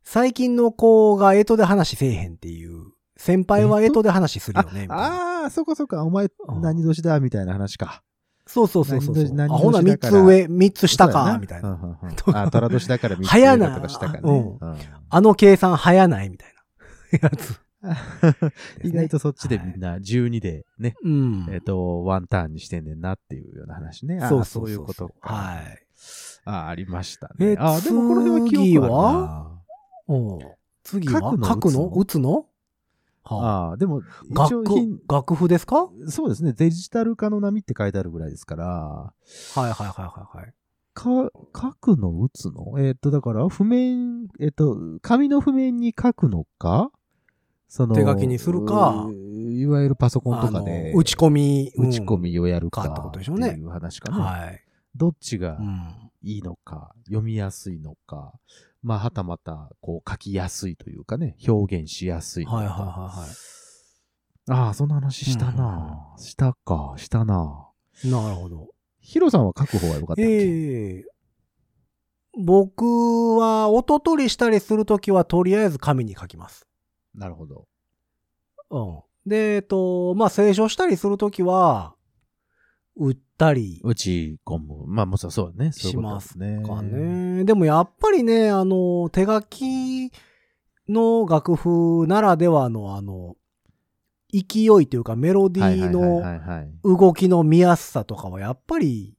Speaker 2: 最近の子が干支で話せえへんっていう、先輩は干支で話するよね、みたいな。
Speaker 3: ああ、そこそこ、お前
Speaker 2: うん
Speaker 3: 何年だみたいな話か。
Speaker 2: そうそうそうそう。
Speaker 3: 何年
Speaker 2: あ
Speaker 3: 何年
Speaker 2: ほな、3つ
Speaker 3: だから
Speaker 2: 上、3つ下
Speaker 3: そうや
Speaker 2: か、みたいな。
Speaker 3: うんうんうんあ、虎年だから3つ
Speaker 2: 早な
Speaker 3: 上だとか下かね。
Speaker 2: うん
Speaker 3: うん
Speaker 2: あの計算早ない、みたいな。やつ、
Speaker 3: 意外と。そっちでみんな12でね、
Speaker 2: うん。
Speaker 3: えっと、ワンターンにしてんねんなっていうような話ね。あーそういうことか。
Speaker 2: はい。
Speaker 3: あーありました
Speaker 2: え
Speaker 3: ね。あーでもこの辺は記憶あるな。
Speaker 2: うん次は
Speaker 3: 書くの
Speaker 2: 書くの打
Speaker 3: 打
Speaker 2: つのはあ、
Speaker 3: ああー、でも、一
Speaker 2: 楽
Speaker 3: 応ヒン、
Speaker 2: 楽譜ですかはい
Speaker 3: そうですね、デジタル化の波って書いてあるぐらいですから、
Speaker 2: はいはいはいはい。
Speaker 3: か、書くの打つのえっ、と、だから、譜面、えっ、と、紙の譜面に書くのかその、
Speaker 2: 手書きにするか
Speaker 3: うーいわゆるパソコンとかで
Speaker 2: あ、の打ち込み。
Speaker 3: 打ち込みをやるか
Speaker 2: かってことでしょうね
Speaker 3: っていう話か
Speaker 2: うん
Speaker 3: ね。
Speaker 2: はい。
Speaker 3: どっちが
Speaker 2: うん
Speaker 3: いいのか、読みやすいのか、まあ、はたまた、こう、書きやすいというかね、表現しやすいのか。
Speaker 2: はいはいはいはい
Speaker 3: ああ、そんな話したな、したか、したな
Speaker 2: なるほど。
Speaker 3: ヒロさんは書く方が良かったっけ、
Speaker 2: ええ僕は、音取りしたりするときは、とりあえず紙に書きます。
Speaker 3: なるほど。
Speaker 2: うん。で、えっと、まあ、清書したりするときは、売ったり
Speaker 3: 打ち込む。まあ、もちろんそうだね。そうい
Speaker 2: し
Speaker 3: うこと
Speaker 2: ま
Speaker 3: ですすね。
Speaker 2: かね。でもやっぱりね、あの、手書きの楽譜ならではの、あの、勢いというかメロデ
Speaker 3: は
Speaker 2: ィ
Speaker 3: いは
Speaker 2: ー
Speaker 3: いはい
Speaker 2: の
Speaker 3: はいはい。
Speaker 2: 動きの見やすさとかはやっぱり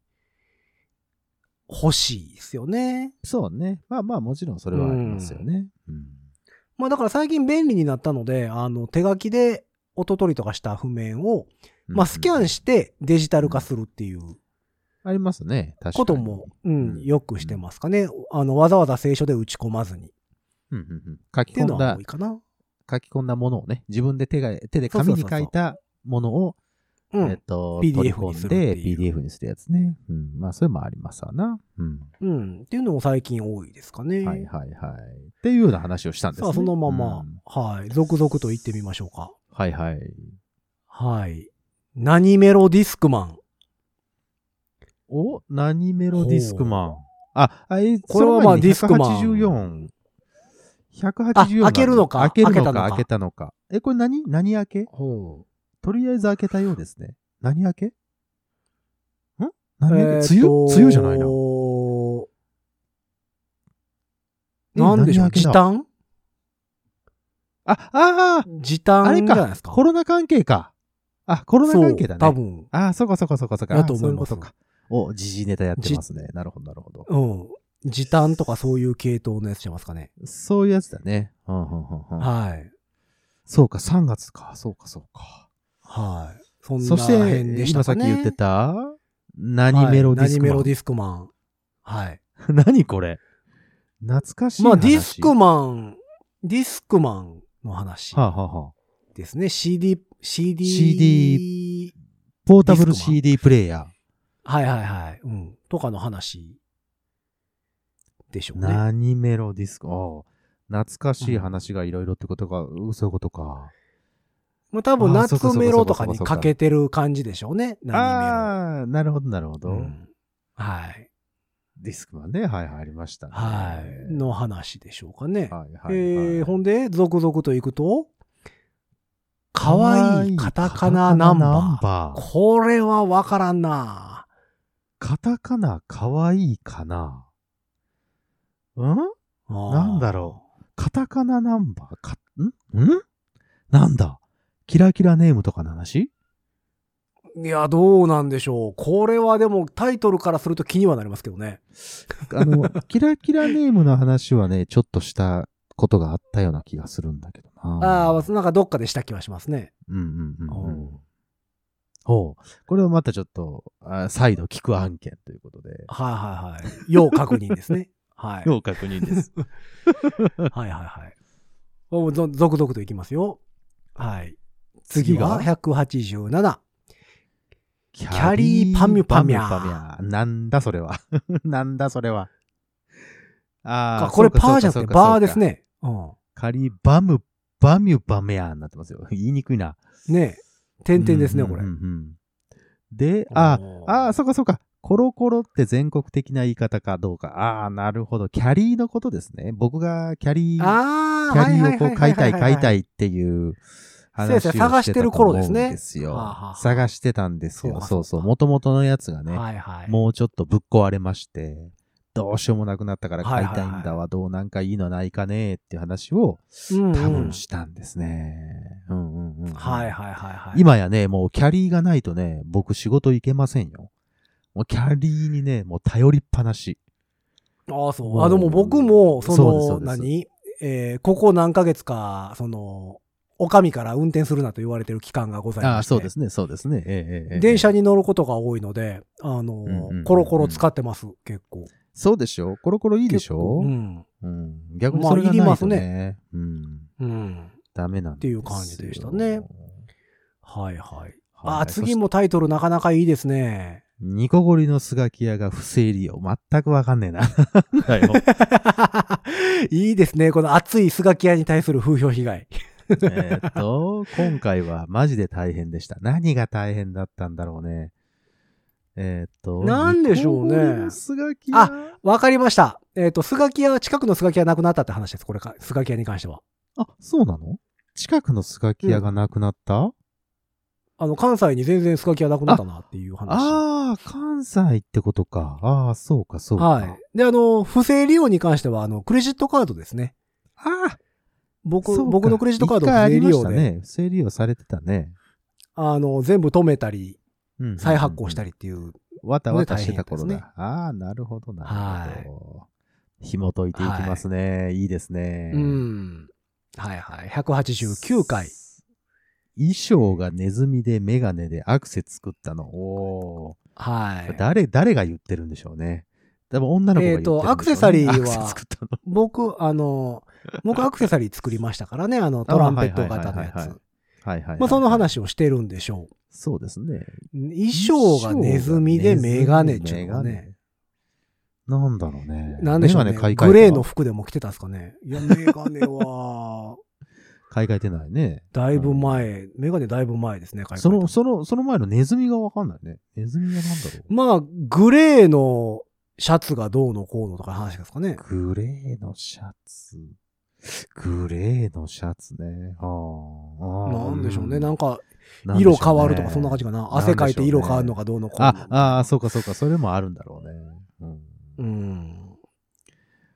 Speaker 2: 欲しいですよね。
Speaker 3: そうね。まあまあ、もちろんそれはありますよね。うん
Speaker 2: まあだから最近便利になったので、あの、手書きで音取りとかした譜面を、まあスキャンしてデジタル化するっていう
Speaker 3: ありますね。確かに。
Speaker 2: ことも、う、
Speaker 3: うんん
Speaker 2: よくしてますかね。あの、わざわざ聖書で打ち込まずにっ
Speaker 3: うんうんうん。書き
Speaker 2: ていう
Speaker 3: 込
Speaker 2: の
Speaker 3: ん
Speaker 2: は
Speaker 3: だ
Speaker 2: 多い、かな。
Speaker 3: 書き込んだものをね、自分で手が、手で
Speaker 2: そ
Speaker 3: 紙
Speaker 2: うそ
Speaker 3: に
Speaker 2: うそう
Speaker 3: 書
Speaker 2: そう
Speaker 3: いたものを、
Speaker 2: うん。
Speaker 3: えっと、
Speaker 2: PDF
Speaker 3: 取り込ん
Speaker 2: にするっ
Speaker 3: で、
Speaker 2: ていう
Speaker 3: PDF にするやつね。うん。まあ、それもありますわな。うん。
Speaker 2: うん。っていうのも最近多いですかね。
Speaker 3: はいはいはい。っていうような話をしたんですね。
Speaker 2: さあ、そのまま、
Speaker 3: うん
Speaker 2: はい。続々と行ってみましょうか。
Speaker 3: はいはい。
Speaker 2: はい。何メロディスクマン。
Speaker 3: お何メロディスクマンあ、あえ
Speaker 2: これはまあ
Speaker 3: その前に
Speaker 2: ディスクマン
Speaker 3: 184。184
Speaker 2: あ開けるのか
Speaker 3: 開ける
Speaker 2: 開けたの
Speaker 3: のか
Speaker 2: か
Speaker 3: 開けたのか。え、これ何何開け
Speaker 2: ほ
Speaker 3: とりあえず開けたようですね。何開けん何
Speaker 2: う
Speaker 3: 開け梅雨梅雨じゃないな。
Speaker 2: の
Speaker 3: え
Speaker 2: なんでしょう
Speaker 3: 何明け
Speaker 2: 時
Speaker 3: だ
Speaker 2: 短
Speaker 3: あ、
Speaker 2: 時
Speaker 3: ああ、
Speaker 2: 短
Speaker 3: あれ
Speaker 2: じゃない
Speaker 3: か
Speaker 2: です、か。
Speaker 3: コロナ関係か。あ、コロナ関係だね。
Speaker 2: そう多分。
Speaker 3: ああ、そうかそうかそうかそうか。
Speaker 2: だと思います
Speaker 3: あーそういうことか。お、時事ネタやってますね。なるほど、なるほど。
Speaker 2: うん。時短とかそういう系統のやつしてますかね。
Speaker 3: そういうやつだね。うんうんうんうん
Speaker 2: はい。
Speaker 3: そうか、3月か。そうか、そうか。
Speaker 2: はい。そんな
Speaker 3: そして
Speaker 2: 辺で、した
Speaker 3: 今さ
Speaker 2: か
Speaker 3: っき
Speaker 2: ね。
Speaker 3: 言ってた、何メロディス
Speaker 2: はい何
Speaker 3: ク
Speaker 2: メ
Speaker 3: マ
Speaker 2: ロ
Speaker 3: ン
Speaker 2: ディスクマン。はい。
Speaker 3: [laughs] 何これ懐かしい話。
Speaker 2: まあ、ディスクマン、ディスクマンの話
Speaker 3: はあ、はあはあ、
Speaker 2: ですね。CD、CD、
Speaker 3: CD ポータブル
Speaker 2: ディスクマン
Speaker 3: CD プレイヤ
Speaker 2: はいはいはい。うん。とかの話でしょ
Speaker 3: ー。
Speaker 2: うね。
Speaker 3: 何メロディスクおう懐かしい話がいろいろってことか、うんそういうことか。
Speaker 2: まあ、多分
Speaker 3: あーそうかそ
Speaker 2: 夏
Speaker 3: うか
Speaker 2: メロとかに
Speaker 3: そうかそうか
Speaker 2: かけてる感じでしょうね。何
Speaker 3: ああ、なるほど、なるほど、
Speaker 2: メロ。うんはい。
Speaker 3: ディスクマンね、はい、はいありましたね、
Speaker 2: はい。の話でしょうかね。
Speaker 3: はいはいはい
Speaker 2: えー、ほんで、続々といくと、かわいいカタカナナンバー。
Speaker 3: バー。
Speaker 2: これはわからんな。
Speaker 3: カタカナかわいいかなんなんだろう。カタカナナンバーか、んんなんだキラキラネームとかの話
Speaker 2: う。いや、どうなんでしょう。これはでもタイトルからすると気にはなりますけどね。[laughs]
Speaker 3: あの、キラキラネームの話はね、ちょっとしたことがあったような気がするんだけどな。
Speaker 2: ああ、なんかどっかでした気はしますね。
Speaker 3: うんうんうんうん、
Speaker 2: おう
Speaker 3: ほう。これはまたちょっと、あ再度聞く案件ということで。
Speaker 2: はいはいはい。要確認です
Speaker 3: [laughs]
Speaker 2: ね。はい。
Speaker 3: 要確認 [laughs] です。
Speaker 2: はいはいはい。おぞ続々といきますよ。はい。次が187。
Speaker 3: キ
Speaker 2: ャリーパミュパミャ
Speaker 3: ャなんだそれは。 [laughs] なんだそれは。あ
Speaker 2: あ
Speaker 3: あ、
Speaker 2: これ
Speaker 3: そうか
Speaker 2: パーじゃなくてバーです。ね。うん。
Speaker 3: カリーバム、バミュバメアになってますよ。言いにくいな。
Speaker 2: ねえ。点々ですね、これ
Speaker 3: うんうん。うんで、あ
Speaker 2: おー
Speaker 3: あ、あーそうかそうか。コロコロって全国的な言い方かどうか。ああ、なるほど。キャリーのことですね。僕がキャリー、
Speaker 2: ああ、
Speaker 3: キャリーをこう買いたい買いた
Speaker 2: い。
Speaker 3: いっていう話を
Speaker 2: そうですね探してる頃ですね
Speaker 3: してたと思うんですよ
Speaker 2: はあはあ
Speaker 3: 探してたんです
Speaker 2: そう
Speaker 3: よ。
Speaker 2: か
Speaker 3: そうそう。
Speaker 2: そうか
Speaker 3: もともとのやつがね、
Speaker 2: はいはい。
Speaker 3: もうちょっとぶっ壊れまして、どうしようもなくなったから買いたい
Speaker 2: は
Speaker 3: ん
Speaker 2: いは
Speaker 3: だ
Speaker 2: い
Speaker 3: わ、どうなんかいいのないかねっていう話を
Speaker 2: うんうん
Speaker 3: 多分したんですね。うんうんうん。
Speaker 2: はいはいはいはい。
Speaker 3: 今やね、もうキャリーがないとね、僕仕事行けませんよ。もうキャリーにね、もう頼りっぱなし。
Speaker 2: ああ、そ
Speaker 3: も
Speaker 2: う。
Speaker 3: う
Speaker 2: あ、でも僕も、そ
Speaker 3: そうですそ
Speaker 2: の、
Speaker 3: うです
Speaker 2: 何えーここ何ヶ月か、その、お上から運転するなと言われてる期間がございまして。
Speaker 3: ああ、そうで。すね、そうですね。ええええ
Speaker 2: 電車に乗ることが多いので、あの
Speaker 3: んうんうん、
Speaker 2: コロコロ使ってます、結構。
Speaker 3: そうでしょコロコロいいでしょ
Speaker 2: 結構うん。
Speaker 3: うん、逆にそれがないとね、うん、
Speaker 2: うん。
Speaker 3: ダメなんですよ
Speaker 2: っていう感じでしたねはいはい。あ
Speaker 3: は
Speaker 2: あ、
Speaker 3: い
Speaker 2: 次もタイトルなかなかいいですね。 [laughs]
Speaker 3: そしてニコゴリのスガキ屋が不正利用。全くわかんねえな。なんだよ
Speaker 2: いいですね。この熱いスガキ屋に対する風評被害。
Speaker 3: えーっと、今回はマジで大変でした。何が大変だったんだろうね。えーっと、
Speaker 2: なんでしょうね
Speaker 3: ニコゴリのスガキ屋あ
Speaker 2: わかりました。えっ、と、スガキ屋、近くのスガキ屋なくなったって話です。これか、スガキ屋に関しては。
Speaker 3: そうなの近くのスガキ屋がなくなった、
Speaker 2: あの、関西に全然スガキ屋なくなったなっていう話。
Speaker 3: ああ、関西ってことか。ああ、そうか、そうか。
Speaker 2: はい。で、あの、不正利用に関しては、あの、クレジットカードですね。
Speaker 3: ああ、
Speaker 2: 僕、
Speaker 3: そうか
Speaker 2: 僕のクレジットカード
Speaker 3: 一
Speaker 2: 不
Speaker 3: 回あ
Speaker 2: 正
Speaker 3: り
Speaker 2: 利
Speaker 3: まし
Speaker 2: 用
Speaker 3: た
Speaker 2: で、
Speaker 3: ね。不正利用されてたね。
Speaker 2: あの、全部止めたり、
Speaker 3: うんうんうん
Speaker 2: 再発行した。りっていう。
Speaker 3: わたわたしてた頃だ。
Speaker 2: これ大変だ
Speaker 3: ああ、なるほど、なるほど。紐解いていきますね。い、いですね。
Speaker 2: うん。はいはい。189回。。
Speaker 3: 衣装がネズミでメガネでアクセ作ったの。お
Speaker 2: は
Speaker 3: ー
Speaker 2: い。
Speaker 3: 誰、誰が言ってるんでしょうね。多分女の子が言ってるんでしょうね、
Speaker 2: えーとアクセサリーは
Speaker 3: アクセ作ったの。
Speaker 2: 僕、あの、僕アクセサリー作りましたからね、あの、トランペット型のや
Speaker 3: あはいはいはいはいはい
Speaker 2: つ。
Speaker 3: はいはいはい。
Speaker 2: まあ、その。話をしてるんでしょう。
Speaker 3: そうですね。
Speaker 2: 衣装がネズミでメガネっ
Speaker 3: ち
Speaker 2: ていうのがね。。
Speaker 3: なんだろうね。
Speaker 2: なんでしょうね。
Speaker 3: メガネ買い替えた
Speaker 2: グレーの服でも着てたんですかね。いや、メガネは、
Speaker 3: 買い替えてないね。
Speaker 2: だいぶ前、メガネだいぶ前ですね、買い替え
Speaker 3: そ
Speaker 2: た
Speaker 3: の、その、その前のネズミがわかんないね。ネズミがなんだろ
Speaker 2: まあ、グレーのシャツがどうのこうのとか話ですかね。
Speaker 3: [laughs] う。グレーのシャツ。グレーのシャツね。ああ。
Speaker 2: なんでしょうね。なんんか、
Speaker 3: なんでしょう
Speaker 2: 色
Speaker 3: ね
Speaker 2: 変わるとか、そんな感じかな。汗かいて色変わるのがどうのこうの。
Speaker 3: あ、ああ、そうかそうか。それもあるんだろうね。うん
Speaker 2: うん。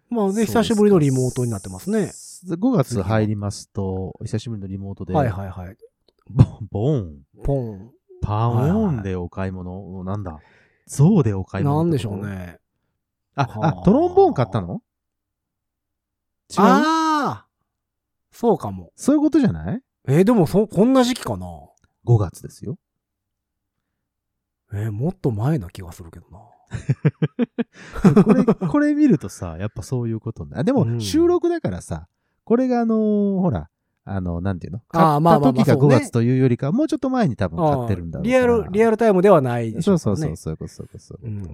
Speaker 2: まあね、久しぶりのリモートになってますね。
Speaker 3: 5月入りますと、久しぶりのリモートで、
Speaker 2: はいはいはい。
Speaker 3: ボン、ボン、
Speaker 2: ポン。
Speaker 3: パオンでお買い物、なんだ、ゾウでお買い物。
Speaker 2: なんでしょう。ね。
Speaker 3: あ、あ、トロンボーン買ったの違う
Speaker 2: ああそうかも。
Speaker 3: そういうことじゃない
Speaker 2: えーでもそ、こんな時期かな。
Speaker 3: ?5 月ですよ。
Speaker 2: えーもっと前な気がするけどな。
Speaker 3: [laughs] これ、これ見るとさ、やっぱそういうことになあ、で
Speaker 2: う
Speaker 3: も
Speaker 2: ん
Speaker 3: 収録だからさ、これがあのーほら、あの、なんていうの
Speaker 2: あーまあまあまあ
Speaker 3: 買った時が
Speaker 2: そう
Speaker 3: 5
Speaker 2: ね
Speaker 3: 月というよりか、もうちょっと前に多分買ってるんだ
Speaker 2: あー
Speaker 3: ろう
Speaker 2: リアル、リア
Speaker 3: ル。
Speaker 2: ルタイムではないでし
Speaker 3: そ
Speaker 2: ょ
Speaker 3: うそう
Speaker 2: ね
Speaker 3: そう、そういうこと、そういうこと、そう
Speaker 2: う
Speaker 3: いうこと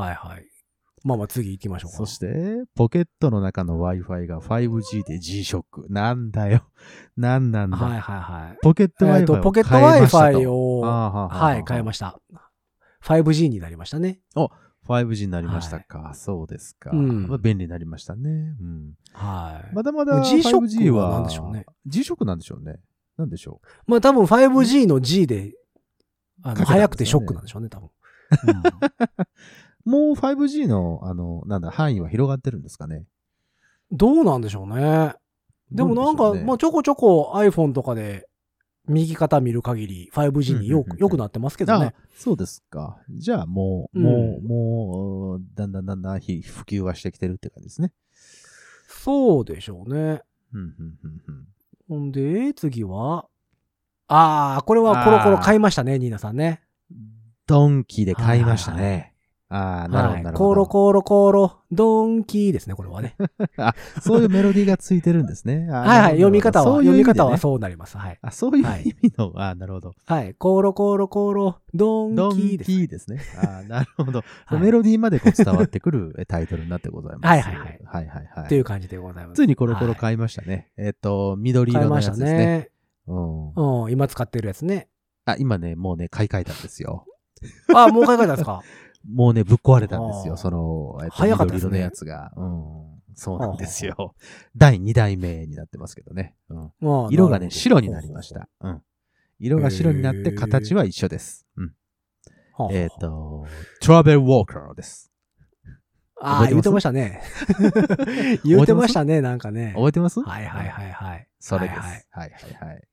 Speaker 2: ん。。はいはい。まあまあ次行きましょうか。
Speaker 3: そして、ポケットの中の Wi-Fi が 5G で G-SHOCK。なんだよ。なんなんだ。
Speaker 2: はいはいはい。
Speaker 3: ポケット Wi-Fi を
Speaker 2: えっと、ポケット
Speaker 3: 変えましたと
Speaker 2: Wi-Fi を、
Speaker 3: あーはーはーはー
Speaker 2: はい、変えました。5G になりましたね。
Speaker 3: 5G になりましたか。そうですか。
Speaker 2: うん
Speaker 3: まあ、便利になりましたね。うん。
Speaker 2: はい。
Speaker 3: まだまだ
Speaker 2: G-SHOCK
Speaker 3: G
Speaker 2: は
Speaker 3: は
Speaker 2: 何でしょうね。
Speaker 3: G-SHOCK なんでしょうね。なんでしょ
Speaker 2: まあ多分 5G の G で、あ
Speaker 3: か
Speaker 2: の、
Speaker 3: けたんですよね
Speaker 2: 早くてショックなんでしょうね、
Speaker 3: [laughs]
Speaker 2: 多分。
Speaker 3: う。もう 5G の、あの、なんだ、範囲は広がってるんですかね。
Speaker 2: どうなんでしょうね。でもなん
Speaker 3: ど
Speaker 2: か、
Speaker 3: うでしょうね
Speaker 2: まあちょこちょこ iPhone とかで、右肩見る限り 5G によ
Speaker 3: うんうんうん
Speaker 2: く、
Speaker 3: うん
Speaker 2: よくなってますけどね
Speaker 3: あ。そうですか。じゃあもう、
Speaker 2: うん
Speaker 3: もう、もう、だんだんだんだんひ普及はしてきてるって感じですね。
Speaker 2: そうでしょうね。
Speaker 3: うん、うん、うん、うん。
Speaker 2: ほんで、次は、ああ、これはコロコロ買いましたね、ニーナさんね。
Speaker 3: ドンキで買いましたね。ああ、なる
Speaker 2: は
Speaker 3: ほど、
Speaker 2: い
Speaker 3: なる
Speaker 2: コ
Speaker 3: ほ
Speaker 2: ロ
Speaker 3: ど。
Speaker 2: コロコロ、ドンキーですね、これはね。
Speaker 3: そういうメロディーがついてるんですね。あー
Speaker 2: はいは
Speaker 3: なるほど
Speaker 2: い、読み方は、
Speaker 3: そういう
Speaker 2: 読
Speaker 3: 意味
Speaker 2: み
Speaker 3: でね
Speaker 2: 方はそうなります。はい。
Speaker 3: あ、そういう
Speaker 2: はい
Speaker 3: 意味の、あーなるほど。
Speaker 2: はい、コロコロコロ、ドン
Speaker 3: ドン
Speaker 2: キ
Speaker 3: キ
Speaker 2: ーです。
Speaker 3: ーですね。あーなるほど。
Speaker 2: [laughs] はい
Speaker 3: メロディーまでこう伝わってくるえタイトルになってございます。
Speaker 2: はいはいはい
Speaker 3: はいはいはい。
Speaker 2: っていう感じでございます。
Speaker 3: ついにコロコロ買いましたね。えっと、緑
Speaker 2: 買い
Speaker 3: 色の
Speaker 2: ま
Speaker 3: や
Speaker 2: した
Speaker 3: つですね。
Speaker 2: ね。
Speaker 3: うん
Speaker 2: うん、今使ってるやつね。
Speaker 3: あ、今ね、もうね、買い替えたんですよ。
Speaker 2: あ、もう買い替えたんです
Speaker 3: [laughs]
Speaker 2: か
Speaker 3: もうね、ぶっ壊れたんですよ。
Speaker 2: あー
Speaker 3: その、えっと、
Speaker 2: 早かった
Speaker 3: 緑
Speaker 2: です
Speaker 3: 色
Speaker 2: ね
Speaker 3: のやつが。うん。そうなんですよ。第2代目になってますけどね。うん。
Speaker 2: まあ
Speaker 3: 色がね、白になりまし。た。うん。色が白になっ
Speaker 2: へ
Speaker 3: て
Speaker 2: ー
Speaker 3: 形は一緒です。うん。
Speaker 2: なるほど
Speaker 3: えっ、。と、トラベルウォーカーです。
Speaker 2: ああ、言ってました
Speaker 3: [laughs]
Speaker 2: ね。言ってましたね、なんかね。
Speaker 3: 覚えてます
Speaker 2: はいはいはいはい。
Speaker 3: それです。
Speaker 2: は
Speaker 3: はいい
Speaker 2: は
Speaker 3: はいいはい。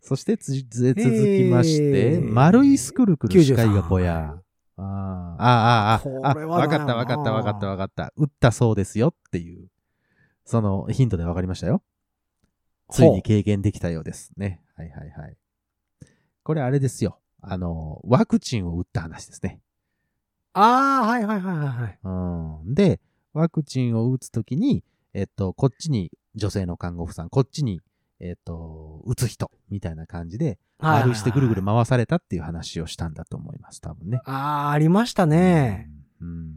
Speaker 3: そしてつ、続きまして、
Speaker 2: へー
Speaker 3: 丸いスクルクル視界が
Speaker 2: 93
Speaker 3: ぼや。あーあー、あーあ
Speaker 2: これ
Speaker 3: ー、あ、
Speaker 2: は
Speaker 3: わ
Speaker 2: だよ
Speaker 3: か
Speaker 2: な
Speaker 3: ったわかったわかったわかった。打ったそうですよっていう、そのヒントでわかりましたよ。ついに経験できたようですね。はいはいはい。これあれですよ。あの、ワクチンを打った話ですね。
Speaker 2: ああ、はいはいはいはいはい。
Speaker 3: うん。で、ワクチンを打つときに、えっと、こっちに女性の看護婦さん、こっちに、えっと、打つ人、みたいな感じで、
Speaker 2: はいはいはい
Speaker 3: 丸してぐるぐる回されたっていう話をしたんだと思います、多分ね。
Speaker 2: ああ、ありましたね。
Speaker 3: うん。うん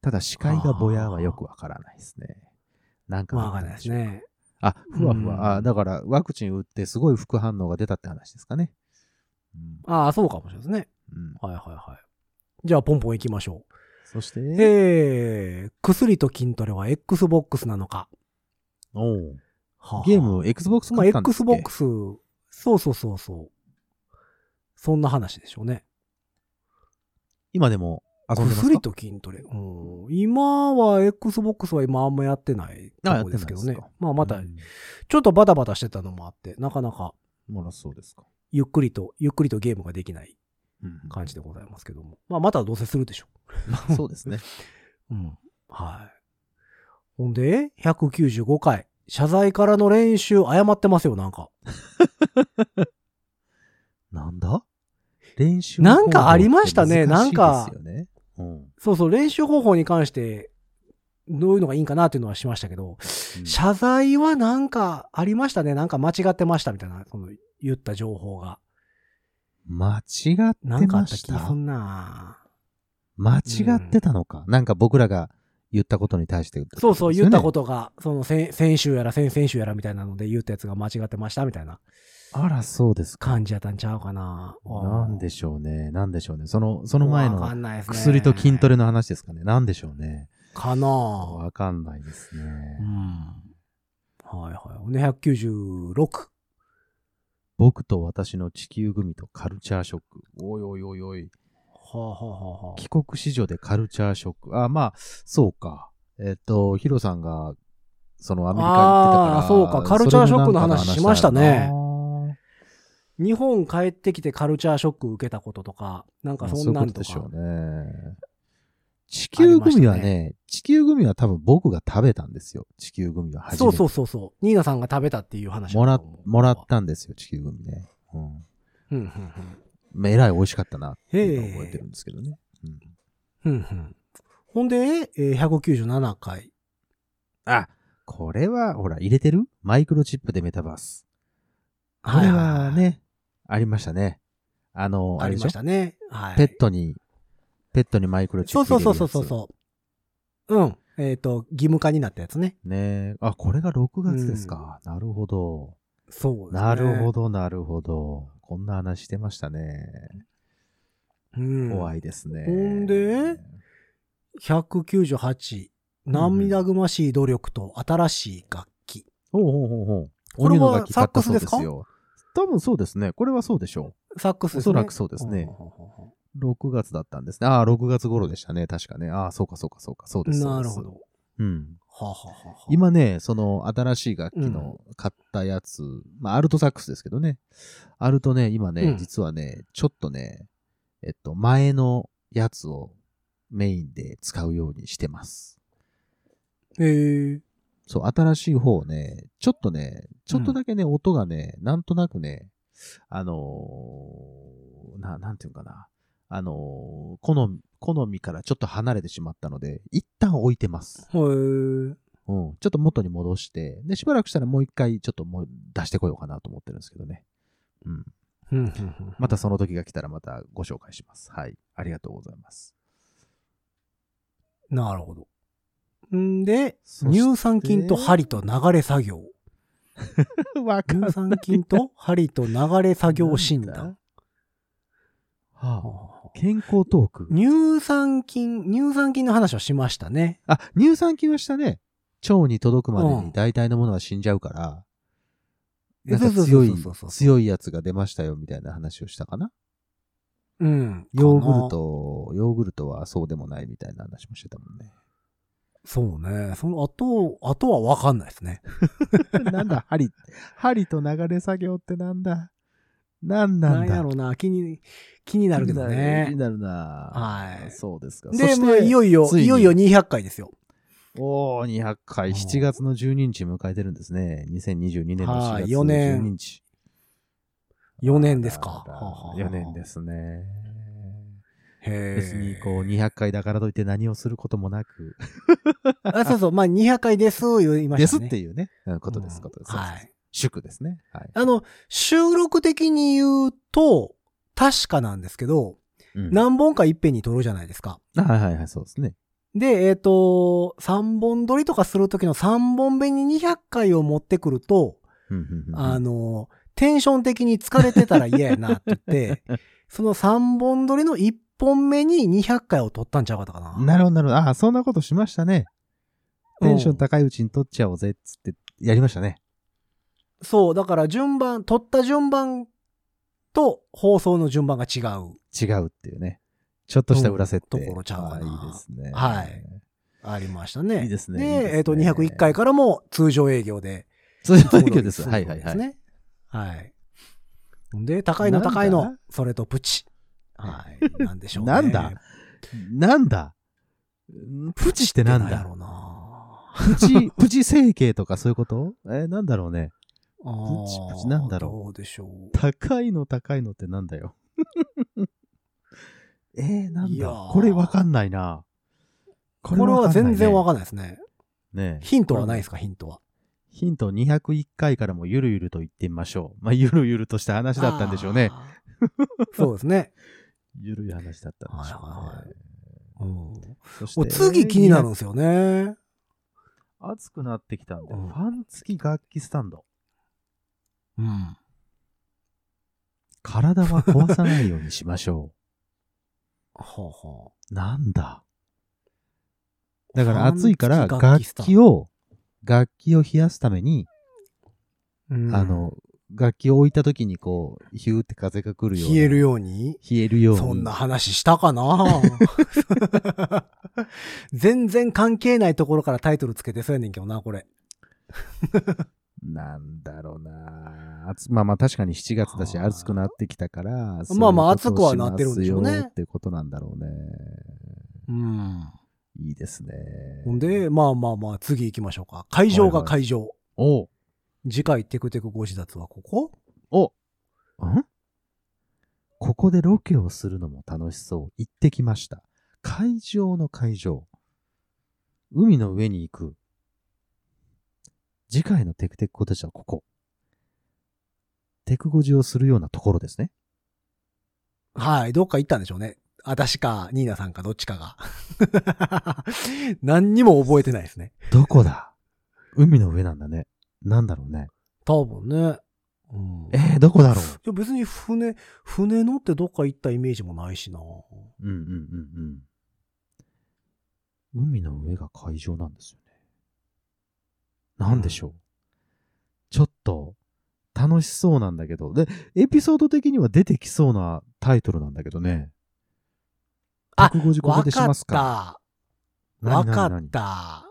Speaker 3: ただ、視界がぼやはよくわからないですね。なんか、
Speaker 2: まあわかんないです。ね。
Speaker 3: あ、ふわふわ。
Speaker 2: うん
Speaker 3: あだから、ワクチン打ってすごい副反応が出たって話ですかね。うん
Speaker 2: ああ、そうかもしれないですね。
Speaker 3: うん、
Speaker 2: はいはいはい。じゃあ、ポンポン行きましょう。
Speaker 3: そして、
Speaker 2: えー、薬と筋トレは XBOX なのか。
Speaker 3: おう
Speaker 2: はあ
Speaker 3: ゲーム、Xbox
Speaker 2: まあ、
Speaker 3: 買ったんですっけ
Speaker 2: XBOX、そうそうそうそう。そんな話でしょうね。
Speaker 3: 今でも遊んでますか
Speaker 2: 薬と筋トレ。うん、今は、XBOX は今あんまやってないとこですけど
Speaker 3: あやっ
Speaker 2: ね
Speaker 3: てないですか。
Speaker 2: まあ、また
Speaker 3: う、ん
Speaker 2: ちょっとバタバタしてたのもあって、なかなか、
Speaker 3: もらそうですか。
Speaker 2: ゆっくりと、ゆっくりとゲームができない
Speaker 3: うん
Speaker 2: 感
Speaker 3: [laughs]
Speaker 2: じでございますけども。まあ、またどうせするでしょ
Speaker 3: まあそうですね。
Speaker 2: う。うん。はい。ほんで、195回。謝罪からの練習、誤ってますよ、なんか。
Speaker 3: なんだ練習
Speaker 2: なんかありましたね
Speaker 3: 方法って難しいですよねうん
Speaker 2: そうそう、練習方法に関して、どういうのがいいんかなっていうのはしましたけど、
Speaker 3: うん
Speaker 2: 謝罪はなんかありましたね。なんか間違ってましたみたいな、その言った情報が。
Speaker 3: 間違
Speaker 2: な
Speaker 3: って
Speaker 2: んかあ
Speaker 3: ま
Speaker 2: った
Speaker 3: し
Speaker 2: 気が
Speaker 3: た
Speaker 2: すんな
Speaker 3: 間違ってたのか。なんか僕らが言ったことに対してって
Speaker 2: そうそう、言ったこととが、その先先週やら先々週やらみたいなので言ったやつが間違ってましたみたいな
Speaker 3: ですよね。あら、そうですか。
Speaker 2: 感じやったんちゃうかな。
Speaker 3: なんで
Speaker 2: し
Speaker 3: しょうね。なんでしょうね。その、その前
Speaker 2: わか
Speaker 3: の
Speaker 2: んないですね
Speaker 3: 薬と筋トレの話ですかね。なんでしょうね。
Speaker 2: かな
Speaker 3: わかんないですね。
Speaker 2: うん。はいはい。ほんで、196。
Speaker 3: 僕と私の地球組とカルチャーショック。おいおいおいおい。
Speaker 2: はあはあはあはあ
Speaker 3: 帰国子女でカルチャーショック。あ、まあ、そうか。えっ、と、ヒロさんが、そのアメリカ行ってたから。
Speaker 2: あーそうかカルチャーショックの話
Speaker 3: それ
Speaker 2: し
Speaker 3: もな
Speaker 2: ま
Speaker 3: ん
Speaker 2: し
Speaker 3: か
Speaker 2: た
Speaker 3: の
Speaker 2: ね
Speaker 3: 話だよな。
Speaker 2: 日本帰ってきてカルチャーショック受けたこととか、なんか
Speaker 3: まあ
Speaker 2: そんなんと
Speaker 3: でしょ
Speaker 2: か。
Speaker 3: うね。地球グミは
Speaker 2: ありました
Speaker 3: ね、地球グミは多分僕が食べたんですよ。地球グミは初めて。
Speaker 2: そうそうそうそう。ニーナさんが食べたっていう話だ
Speaker 3: も
Speaker 2: と
Speaker 3: ら
Speaker 2: 思、う
Speaker 3: もらっ。たんですよ、地球グミね。うん
Speaker 2: うんうんうん
Speaker 3: まあ。えらい美味しかったなっていうのを
Speaker 2: へえ
Speaker 3: 覚えてるんですけどね。うん
Speaker 2: うんうんほんで、えー197回。
Speaker 3: あ、これは、ほら、入れてるマイクロチップでメタバース。こ
Speaker 2: い
Speaker 3: れ
Speaker 2: い
Speaker 3: はね、ありましたね。あの、あ
Speaker 2: あり
Speaker 3: れでしょ
Speaker 2: ましたね。はい。
Speaker 3: ペットに、ペットにマイクロチ
Speaker 2: そ
Speaker 3: ッ
Speaker 2: う
Speaker 3: プ
Speaker 2: そう
Speaker 3: 入れる
Speaker 2: そ
Speaker 3: や
Speaker 2: う
Speaker 3: つ。
Speaker 2: そうそうそう。うん。えっ、と、義務化になったやつね。
Speaker 3: ねえあ、これが6月ですか。なるほど。
Speaker 2: そうですね。
Speaker 3: なるほど、なるほど。こんな話してましたね。
Speaker 2: うん。
Speaker 3: 怖いですね。
Speaker 2: ほんで198、涙ぐましい努力と新しい楽器。
Speaker 3: ほうほうほうほう。
Speaker 2: これは
Speaker 3: 鬼の楽器買ったそう
Speaker 2: サックスです
Speaker 3: よ多分そうですね。これはそうでしょ
Speaker 2: サックスですね。
Speaker 3: おそらくそうですね
Speaker 2: ほうほうほうほ
Speaker 3: う。6月だったんですね。ああ、6月頃でしたね。確かね。ああ、そうかそうかそうか。そう
Speaker 2: う
Speaker 3: です。
Speaker 2: なるほ
Speaker 3: そうで
Speaker 2: ど。
Speaker 3: す。うん。
Speaker 2: はあはあはあはあ、
Speaker 3: 今ね、その新しい楽器の買ったやつ、まあ、アルトサックスですけどね。アルトね、今ね、
Speaker 2: うん
Speaker 3: 実はね、ちょっとね、えっと、前のやつをメインで使うようにしてます。
Speaker 2: えー、
Speaker 3: そう、新しい方をね、ちょっとね、ちょっとだけね、音がね、なんとなくね、あのーな、なんていうのかな。あのー好み、好みからちょっと離れてしまったので、一旦置いてます。
Speaker 2: ほえー、
Speaker 3: うん、ちょっと元に戻して、で、しばらくしたらもう一回ちょっともう出してこようかなと思ってるんですけどね。うん。
Speaker 2: うんうんうん
Speaker 3: またその時が来たらまたご紹介します。はい。ありがとうござ
Speaker 2: [laughs]
Speaker 3: います。
Speaker 2: なるほど。んで、
Speaker 3: そして
Speaker 2: 乳酸菌と針と流れ作業。
Speaker 3: わかんない
Speaker 2: 乳酸菌と針と流れ作業診
Speaker 3: なん
Speaker 2: 断。
Speaker 3: はあ、健康トーク。
Speaker 2: 乳酸菌、乳酸菌の話をしましたね。
Speaker 3: あ、乳酸菌はしたね。腸に届くまで
Speaker 2: うん
Speaker 3: に大体のものは死んじゃうから、
Speaker 2: え
Speaker 3: なん
Speaker 2: そ
Speaker 3: か
Speaker 2: うそ
Speaker 3: 強
Speaker 2: う
Speaker 3: い
Speaker 2: そうそうそう、
Speaker 3: 強いやつが出ましたよみたいな話をしたかな。
Speaker 2: うん。
Speaker 3: ヨーグル
Speaker 2: かな。
Speaker 3: ト、ヨーグルトはそうでもないみたいな話もしてたもんね。
Speaker 2: そうね。その後、あとはわかんないですね。
Speaker 3: [laughs] なんだ、針、針と流れ作業ってなんだ。なんなんだ。
Speaker 2: やろうな。気に、気になるけど
Speaker 3: 気に
Speaker 2: ね。
Speaker 3: なるな。
Speaker 2: はい
Speaker 3: そうですか。
Speaker 2: で、
Speaker 3: そ
Speaker 2: まあいよいよ、
Speaker 3: ついに
Speaker 2: いよいよ200回ですよ。
Speaker 3: おー、200回、
Speaker 2: うん
Speaker 3: 7月の12日迎えてるんですね。2022年の4
Speaker 2: はい
Speaker 3: 月
Speaker 2: 四
Speaker 3: の12
Speaker 2: 年
Speaker 3: 日。
Speaker 2: 4年ですか。。
Speaker 3: 4年ですすね。
Speaker 2: へえ。
Speaker 3: 別にこう200回だからといって何をすることもなく、
Speaker 2: あ、そうそう。まあ、200回です、言いま
Speaker 3: で
Speaker 2: した
Speaker 3: すっ
Speaker 2: ね。
Speaker 3: ていうね、うんことです、ことです。
Speaker 2: うんはい。
Speaker 3: 祝ですね。はい。
Speaker 2: あの、収録的に言うと、確かなんですけど、
Speaker 3: うん
Speaker 2: 何本かいっぺんに撮るじゃないですか。
Speaker 3: はいはいはい、そうですね。
Speaker 2: で、えっ、と、3本撮りとかするときの3本目に200回を持ってくると、
Speaker 3: うんうんうんうん
Speaker 2: あの、テンション的に疲れてたら嫌やなって言
Speaker 3: [laughs]
Speaker 2: って、その3本撮りの1本目に200回を撮ったんちゃうかったかな。
Speaker 3: なるほど、なるほど。ああ、そんなことしましたね。テンション高いうちに取っちゃおうぜっつってやりましたね。
Speaker 2: そう、だから順番、撮った順番と放送の順番が違う。
Speaker 3: 違うっていうね。ちょっとした裏設定。
Speaker 2: うんところちゃうかな
Speaker 3: ああいいですね。
Speaker 2: はい。ありましたね。
Speaker 3: いいですね
Speaker 2: で
Speaker 3: いいですね
Speaker 2: えっ、と、201回からも通常営業で。
Speaker 3: そういうわけです。はいはい
Speaker 2: で
Speaker 3: は
Speaker 2: す
Speaker 3: い。
Speaker 2: ね。はい。で、高いの
Speaker 3: なんだ
Speaker 2: 高いの、それとプチ。はい。なんでしょうね。
Speaker 3: なんだなんだんプチってなん
Speaker 2: や
Speaker 3: だ
Speaker 2: ろうな
Speaker 3: プチ、プチ整形とかそういうことえー、なんだろうね。
Speaker 2: プ
Speaker 3: チプチなんだろう
Speaker 2: どうでしょう。
Speaker 3: 高いの高いのってなんだよ。 [laughs] えー、なん
Speaker 2: いや
Speaker 3: だ
Speaker 2: ー
Speaker 3: これわかんないな。こ
Speaker 2: これは全然わ
Speaker 3: か
Speaker 2: かんないですね。
Speaker 3: んないね。ねえ
Speaker 2: ヒントはないですか、ヒントは。
Speaker 3: ヒント201回からもゆるゆると言ってみましょう。まあ、ゆるゆるとした話だったんでしょうね。
Speaker 2: あー。そうですね。
Speaker 3: ゆるい話だったんでしょうね。
Speaker 2: はいはいはいうん、
Speaker 3: そして
Speaker 2: お次気になるんですよね。
Speaker 3: 暑くなってきたんで、
Speaker 2: うん
Speaker 3: ファン付き楽器スタンド。
Speaker 2: うん。
Speaker 3: 体は壊さないようにしましょ
Speaker 2: ほうほ
Speaker 3: う。 [laughs] なんだ。
Speaker 2: う。
Speaker 3: だから暑いから
Speaker 2: ファン付き楽
Speaker 3: 楽
Speaker 2: 器スタン
Speaker 3: 器を、楽器を冷やすために、
Speaker 2: ドうん
Speaker 3: あの、楽器を置いた時にこう、ヒューって風が来るような。
Speaker 2: 消えるように
Speaker 3: 冷えるように。
Speaker 2: そんな話したか [laughs] な全然関係ないところからタイトルつけてそうやねんけどな、これ。
Speaker 3: なんだろうな暑まあまあ確かに7月だし
Speaker 2: はあ
Speaker 3: 暑くなってきたから、
Speaker 2: まあまあ
Speaker 3: そういうことを
Speaker 2: 暑くはなってるんでしょうね
Speaker 3: ますよってことなんだろうね。
Speaker 2: うん。
Speaker 3: いいですね。
Speaker 2: ほんで、まあまあまあ、次行きましょうか。会場が会場。
Speaker 3: おう
Speaker 2: 次回、テクテクご自立はここ
Speaker 3: おんここでロケをするのも楽しそう。行ってきました。会場の会場。海の上に行く。次回のテクテクコたちはここ。テクゴジをするようなところですね。
Speaker 2: はい、どっか行ったんでしょうね。あたしか、ニーナさんか、どっちかが。 [laughs] 何にも覚えてないですね。
Speaker 3: どこだ海の上なんだね。なんだろうね。
Speaker 2: 多分ね。うん、
Speaker 3: えー、どこだろう
Speaker 2: いや別に船、船乗ってどっか行ったイメージもないしな。
Speaker 3: うんうんうんうん。海の上が海上なんですよね。なんでしょう、ちょっと、楽しそうなんだけど。で、エピソード的には出てきそうなタイトルなんだけどね。
Speaker 2: あ
Speaker 3: 150個
Speaker 2: わ
Speaker 3: ま
Speaker 2: か
Speaker 3: でしま
Speaker 2: っ
Speaker 3: すか
Speaker 2: た。わ
Speaker 3: 何
Speaker 2: か
Speaker 3: 何
Speaker 2: っ
Speaker 3: 何
Speaker 2: た。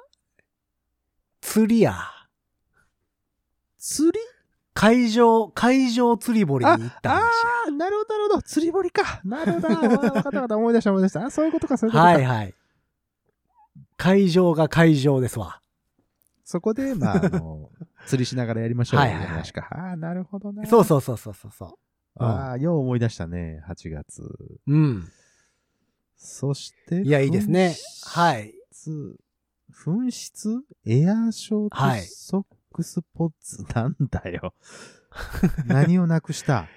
Speaker 2: 釣りや。
Speaker 3: 釣り
Speaker 2: 海上、海上釣り堀に行った話や。
Speaker 3: あー、なるほど、なるほど。釣り堀か。なる
Speaker 2: [laughs]
Speaker 3: ほど。わわかったわかった。思い出した思い出した。あ、そういうことか、そういうことか。
Speaker 2: はいはい。会場が会場ですわ。
Speaker 3: そこで、まあ、あ
Speaker 2: [laughs]
Speaker 3: の、釣りしながらやりましょう。
Speaker 2: はいはいはい
Speaker 3: 確か。ああ、なるほどね。
Speaker 2: そうそうそうそうそうそ
Speaker 3: ああ、よう思い出したね、8月。
Speaker 2: う。うん。
Speaker 3: そして、。
Speaker 2: いや、いいですね。はいい。
Speaker 3: 紛失エアーショー
Speaker 2: はい
Speaker 3: トソックスポッツ、なんだよ。 [laughs] 何をなくした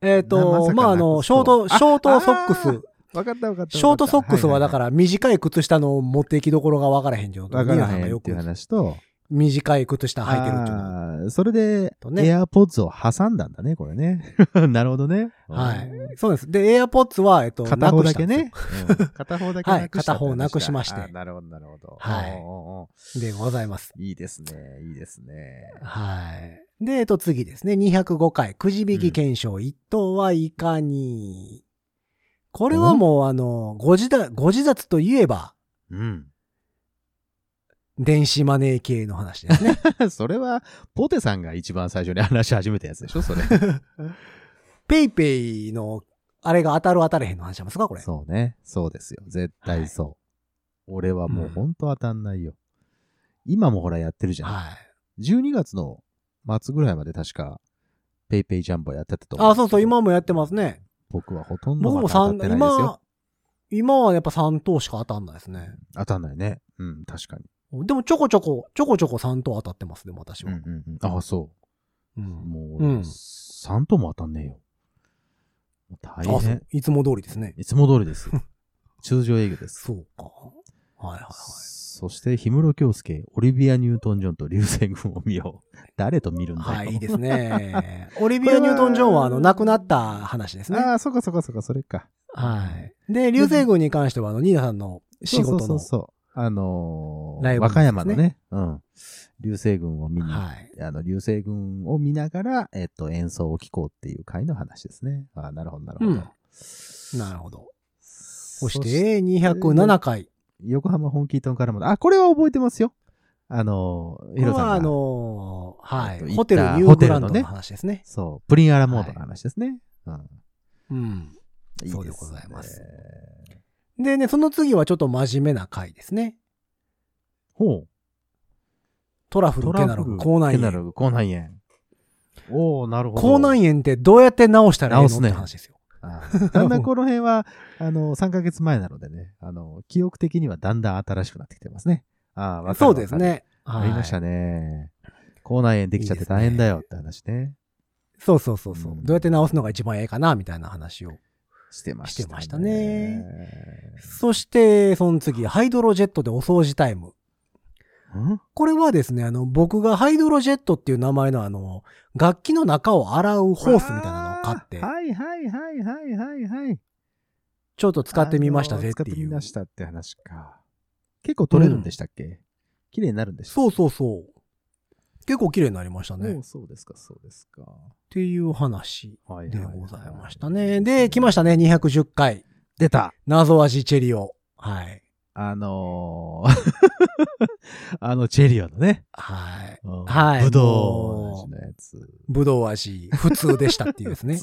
Speaker 2: えっ、
Speaker 3: ま
Speaker 2: と、
Speaker 3: さか
Speaker 2: まあ、あの、
Speaker 3: なく
Speaker 2: シ
Speaker 3: そ
Speaker 2: ョート、
Speaker 3: う
Speaker 2: ショートソック
Speaker 3: あー
Speaker 2: ス。
Speaker 3: わかったわかった。、
Speaker 2: ショートソックスはだからら短い靴下の持っていきどころがわからへんけど、
Speaker 3: わか
Speaker 2: ニーナ
Speaker 3: ら
Speaker 2: さん
Speaker 3: へ
Speaker 2: が
Speaker 3: ん
Speaker 2: よ
Speaker 3: っていう
Speaker 2: く
Speaker 3: 話と、
Speaker 2: 短い靴下履いてるっていうの。
Speaker 3: あーそれで
Speaker 2: と、ね
Speaker 3: エアーポッツを挟んだんだね、これね。 [laughs] なるほどね。
Speaker 2: はい。そうです。で、AirPods は、えっと、
Speaker 3: 片方だ
Speaker 2: なく
Speaker 3: けね
Speaker 2: し。
Speaker 3: うん [laughs] 片方だけなくした
Speaker 2: はい片方なくしまして
Speaker 3: あなるほど、なるほど。
Speaker 2: はい
Speaker 3: おうおうお
Speaker 2: たんですよ。でございます。
Speaker 3: ういいですね、いいですね。
Speaker 2: はい。で、えっと、次ですね。205回、くじ引き検証、一等はいかに。これはもう、あの、ご自立、ご自立といえば、
Speaker 3: うん。
Speaker 2: 電子マネー系の話です
Speaker 3: [laughs]
Speaker 2: ね。
Speaker 3: [laughs] それは、ポテさんが一番最初に話し始めたやつでし
Speaker 2: [laughs]
Speaker 3: ょ、それ。
Speaker 2: ペイペイの、あれが当たる当たれへんの話しますかこれ。
Speaker 3: そうね。そうですよ。絶対そう。俺はもうほんと当たんないよ。今もほらやってるじゃん。
Speaker 2: はい。
Speaker 3: 12月の末ぐらいまで確か、ペイペイジャンボやってたと思う。
Speaker 2: あ、そうそう、今もやってますね。。
Speaker 3: 僕はほとんど
Speaker 2: 僕も
Speaker 3: まだ当たっ
Speaker 2: 三
Speaker 3: てないですよ。
Speaker 2: 今、今はやっぱ3等しか当たんないですね。
Speaker 3: 当たんないね。うん、確かに。
Speaker 2: でもちょこちょこ、ちょこちょこ3等当たってますね、でも私
Speaker 3: う
Speaker 2: は。
Speaker 3: んうんうん。あ、そう。
Speaker 2: うん
Speaker 3: も
Speaker 2: うん
Speaker 3: う、三3とも当たんねえよ。もう
Speaker 2: あ、
Speaker 3: 大
Speaker 2: そ
Speaker 3: 変
Speaker 2: う。。いつも通りですね。
Speaker 3: いつも通
Speaker 2: [laughs]
Speaker 3: りです。通常営業です。
Speaker 2: そうか。はいはいはい。
Speaker 3: そして、氷室京介、オリビア・ニュートン・ジョンと流星群を見よう。誰と見るんだよ。
Speaker 2: はい、いいです
Speaker 3: [laughs]
Speaker 2: ね。オリビア・ニュートン・ジョンは、あの、亡くなった話ですね。
Speaker 3: ああ、そっかそっかそっか、それか。
Speaker 2: はい。で、流星群に関しては、あの、ニーナさんの仕
Speaker 3: そう
Speaker 2: 事
Speaker 3: そう
Speaker 2: の、
Speaker 3: そうそう。あのー
Speaker 2: ライブの
Speaker 3: 和歌山のね、うん。流星群を見に、
Speaker 2: はい。
Speaker 3: あの、流星群を見ながら、えっと、演奏を聴こうっていう回の話ですね。ああ、なるほど、なるほど。
Speaker 2: うんなるほど。そ
Speaker 3: そ
Speaker 2: して、207回。
Speaker 3: 横浜本気トンからも、あ、これは覚えてますよ。あのー、
Speaker 2: こ
Speaker 3: ヒ
Speaker 2: れ
Speaker 3: ロさん
Speaker 2: は、
Speaker 3: が。
Speaker 2: あのーは
Speaker 3: えっと行っ
Speaker 2: い。
Speaker 3: た
Speaker 2: ホテルニューグランドの話ですね。
Speaker 3: そう、プリンアラモードの話ですね。うん。
Speaker 2: うん。
Speaker 3: いい
Speaker 2: そうですご
Speaker 3: ね
Speaker 2: ざいます。でね、その次はちょっと真面目な回ですね。
Speaker 3: ほう。
Speaker 2: トラフル・
Speaker 3: ト
Speaker 2: ケ
Speaker 3: ラ
Speaker 2: ナロ
Speaker 3: フ
Speaker 2: グ、
Speaker 3: ル、
Speaker 2: 口内
Speaker 3: ケナ
Speaker 2: 炎。
Speaker 3: ログ、口内炎。おおなるほど。
Speaker 2: 口内炎ってどうやって治したらいいの
Speaker 3: 治
Speaker 2: っ
Speaker 3: すね
Speaker 2: て話ですよ。
Speaker 3: あーだんだんこの辺は、あの、3ヶ月前なのでね、あの、記憶的にはだんだん新しくなってきてますね。ああ、わかる
Speaker 2: そ
Speaker 3: わ
Speaker 2: う
Speaker 3: かる
Speaker 2: です。ね。
Speaker 3: あ
Speaker 2: は
Speaker 3: り
Speaker 2: い
Speaker 3: ましたね。口内炎できちゃって大変だよって話ね。
Speaker 2: そうそうそうそう。
Speaker 3: うん
Speaker 2: どうやって直すのが一番ええかなみたいな話を。
Speaker 3: してました、
Speaker 2: してましたね。そして、その次、ハイドロジェットでお掃除タイム。
Speaker 3: ん
Speaker 2: これはですね、あの、僕がハイドロジェットっていう名前のあの、楽器の中を洗うホースみたいなのを買って
Speaker 3: あー、はいはいはいはいはいはい。
Speaker 2: ちょっと使ってみましたぜ
Speaker 3: あの
Speaker 2: っ
Speaker 3: 使
Speaker 2: て
Speaker 3: って
Speaker 2: い
Speaker 3: み
Speaker 2: う
Speaker 3: ま。したって話か。結構取れるんでしたっけ、綺麗になるんでしたっ
Speaker 2: そうそうそう。結構綺麗になりましたね。っ
Speaker 3: おそうですか、そうですか。
Speaker 2: ていう話
Speaker 3: はい
Speaker 2: でございましたね。で、来ましたね、210回。
Speaker 3: 出た
Speaker 2: 謎味チェリオ。はい。
Speaker 3: あのー、 [laughs] あの、チェリオのね。
Speaker 2: はい。
Speaker 3: うん
Speaker 2: はい
Speaker 3: ぶどうのやつ。
Speaker 2: ぶどう味、普通でしたっていうです
Speaker 3: [laughs]
Speaker 2: ね。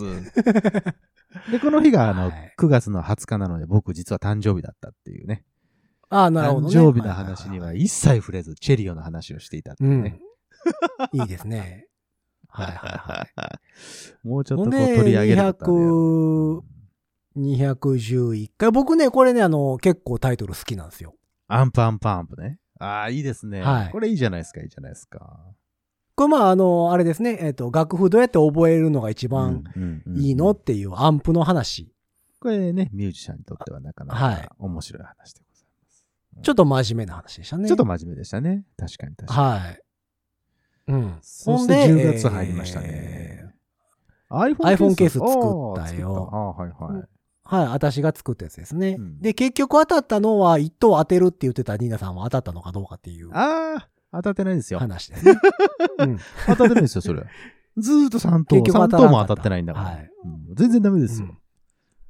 Speaker 3: で、この日が、あの、
Speaker 2: はい
Speaker 3: 9月の20日なので、僕実は誕生日だったっていうね。
Speaker 2: ああ、なるほど、ね。
Speaker 3: 誕生日の話に
Speaker 2: は
Speaker 3: は一切触れず、チェリオの話をしていたって
Speaker 2: い
Speaker 3: い
Speaker 2: はいうはい。
Speaker 3: ね。
Speaker 2: うん。いいですね。はいはいはい。
Speaker 3: [laughs] もうちょっ
Speaker 2: ほ
Speaker 3: と
Speaker 2: ん
Speaker 3: こ
Speaker 2: で
Speaker 3: う取り上げること
Speaker 2: 200 211回。僕ね、これね、あの、結構タイトル好きなんですよ。
Speaker 3: アンプアンプアンプね。ああ、いいですね、
Speaker 2: はい
Speaker 3: これいいじゃないですか、いいじゃないですか。
Speaker 2: これ、まあ、あの、あれですね、えっ、と、楽譜どうやって覚えるのが一番
Speaker 3: うんうんうん
Speaker 2: いいのっていうアンプの話。
Speaker 3: これね、ミュージシャンにとってはなかな
Speaker 2: はい
Speaker 3: か面白い話でございます。
Speaker 2: ちょっと真面目な話でしたね。
Speaker 3: ちょっと真面目でしたね。確かに確かに。
Speaker 2: はい。うん。
Speaker 3: そして
Speaker 2: ほんで
Speaker 3: 10月入りましたね。。
Speaker 2: iPhone ケース
Speaker 3: あー
Speaker 2: 作ったよ
Speaker 3: 作ったあーはいはい。
Speaker 2: えーはい、私が作ったやつですね。
Speaker 3: うん
Speaker 2: で、結局当たったのは、一等当てるって言ってたニーナさんは当たったのかどうかっていう
Speaker 3: ああ、当たってないんですよ。
Speaker 2: 話です
Speaker 3: [laughs]
Speaker 2: ね。うん
Speaker 3: 当たってないんですよ、
Speaker 2: [laughs]
Speaker 3: それ。ずーっと3等。
Speaker 2: 結局当たら
Speaker 3: 3等
Speaker 2: なか
Speaker 3: も
Speaker 2: った
Speaker 3: 当たってないんだから。
Speaker 2: はい
Speaker 3: うん全然ダメですよ。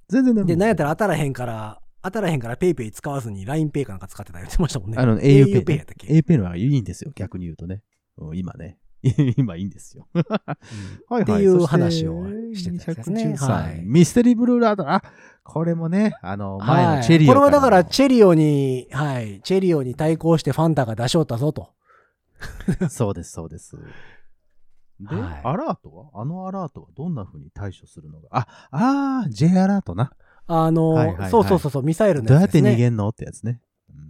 Speaker 3: 全然ダメ
Speaker 2: で、
Speaker 3: す
Speaker 2: なんやったら当たらへんから、当たらへんからペイペイ使わずに LINEPay かなんか使ってたりしてましたもんね。
Speaker 3: あの、
Speaker 2: au
Speaker 3: auPay
Speaker 2: ペイ
Speaker 3: ね
Speaker 2: やったっ。け、
Speaker 3: auPay の方がいいんですよ、逆に言うとね。うん今ね。 [laughs] 今いいんですよ。はい
Speaker 2: っていう話をしてたやつですね
Speaker 3: 213
Speaker 2: はい
Speaker 3: ミステリーブルーラードあ、これもね、あの、前
Speaker 2: は
Speaker 3: の
Speaker 2: い
Speaker 3: チェリオ
Speaker 2: これはだから
Speaker 3: の
Speaker 2: チェリオに、はい、チェリオに対抗してファンタが出しおったぞと。
Speaker 3: そうです、そうです。
Speaker 2: は
Speaker 3: で、
Speaker 2: い
Speaker 3: アラートはあのアラートはどんな風に対処するのがあ、あー、J アラートな。
Speaker 2: あの、
Speaker 3: はいはいはい
Speaker 2: そうそうそうそう、ミサイルの
Speaker 3: どうや
Speaker 2: や
Speaker 3: っ
Speaker 2: つ
Speaker 3: て
Speaker 2: です、ね。
Speaker 3: 逃げんのってやつね。うん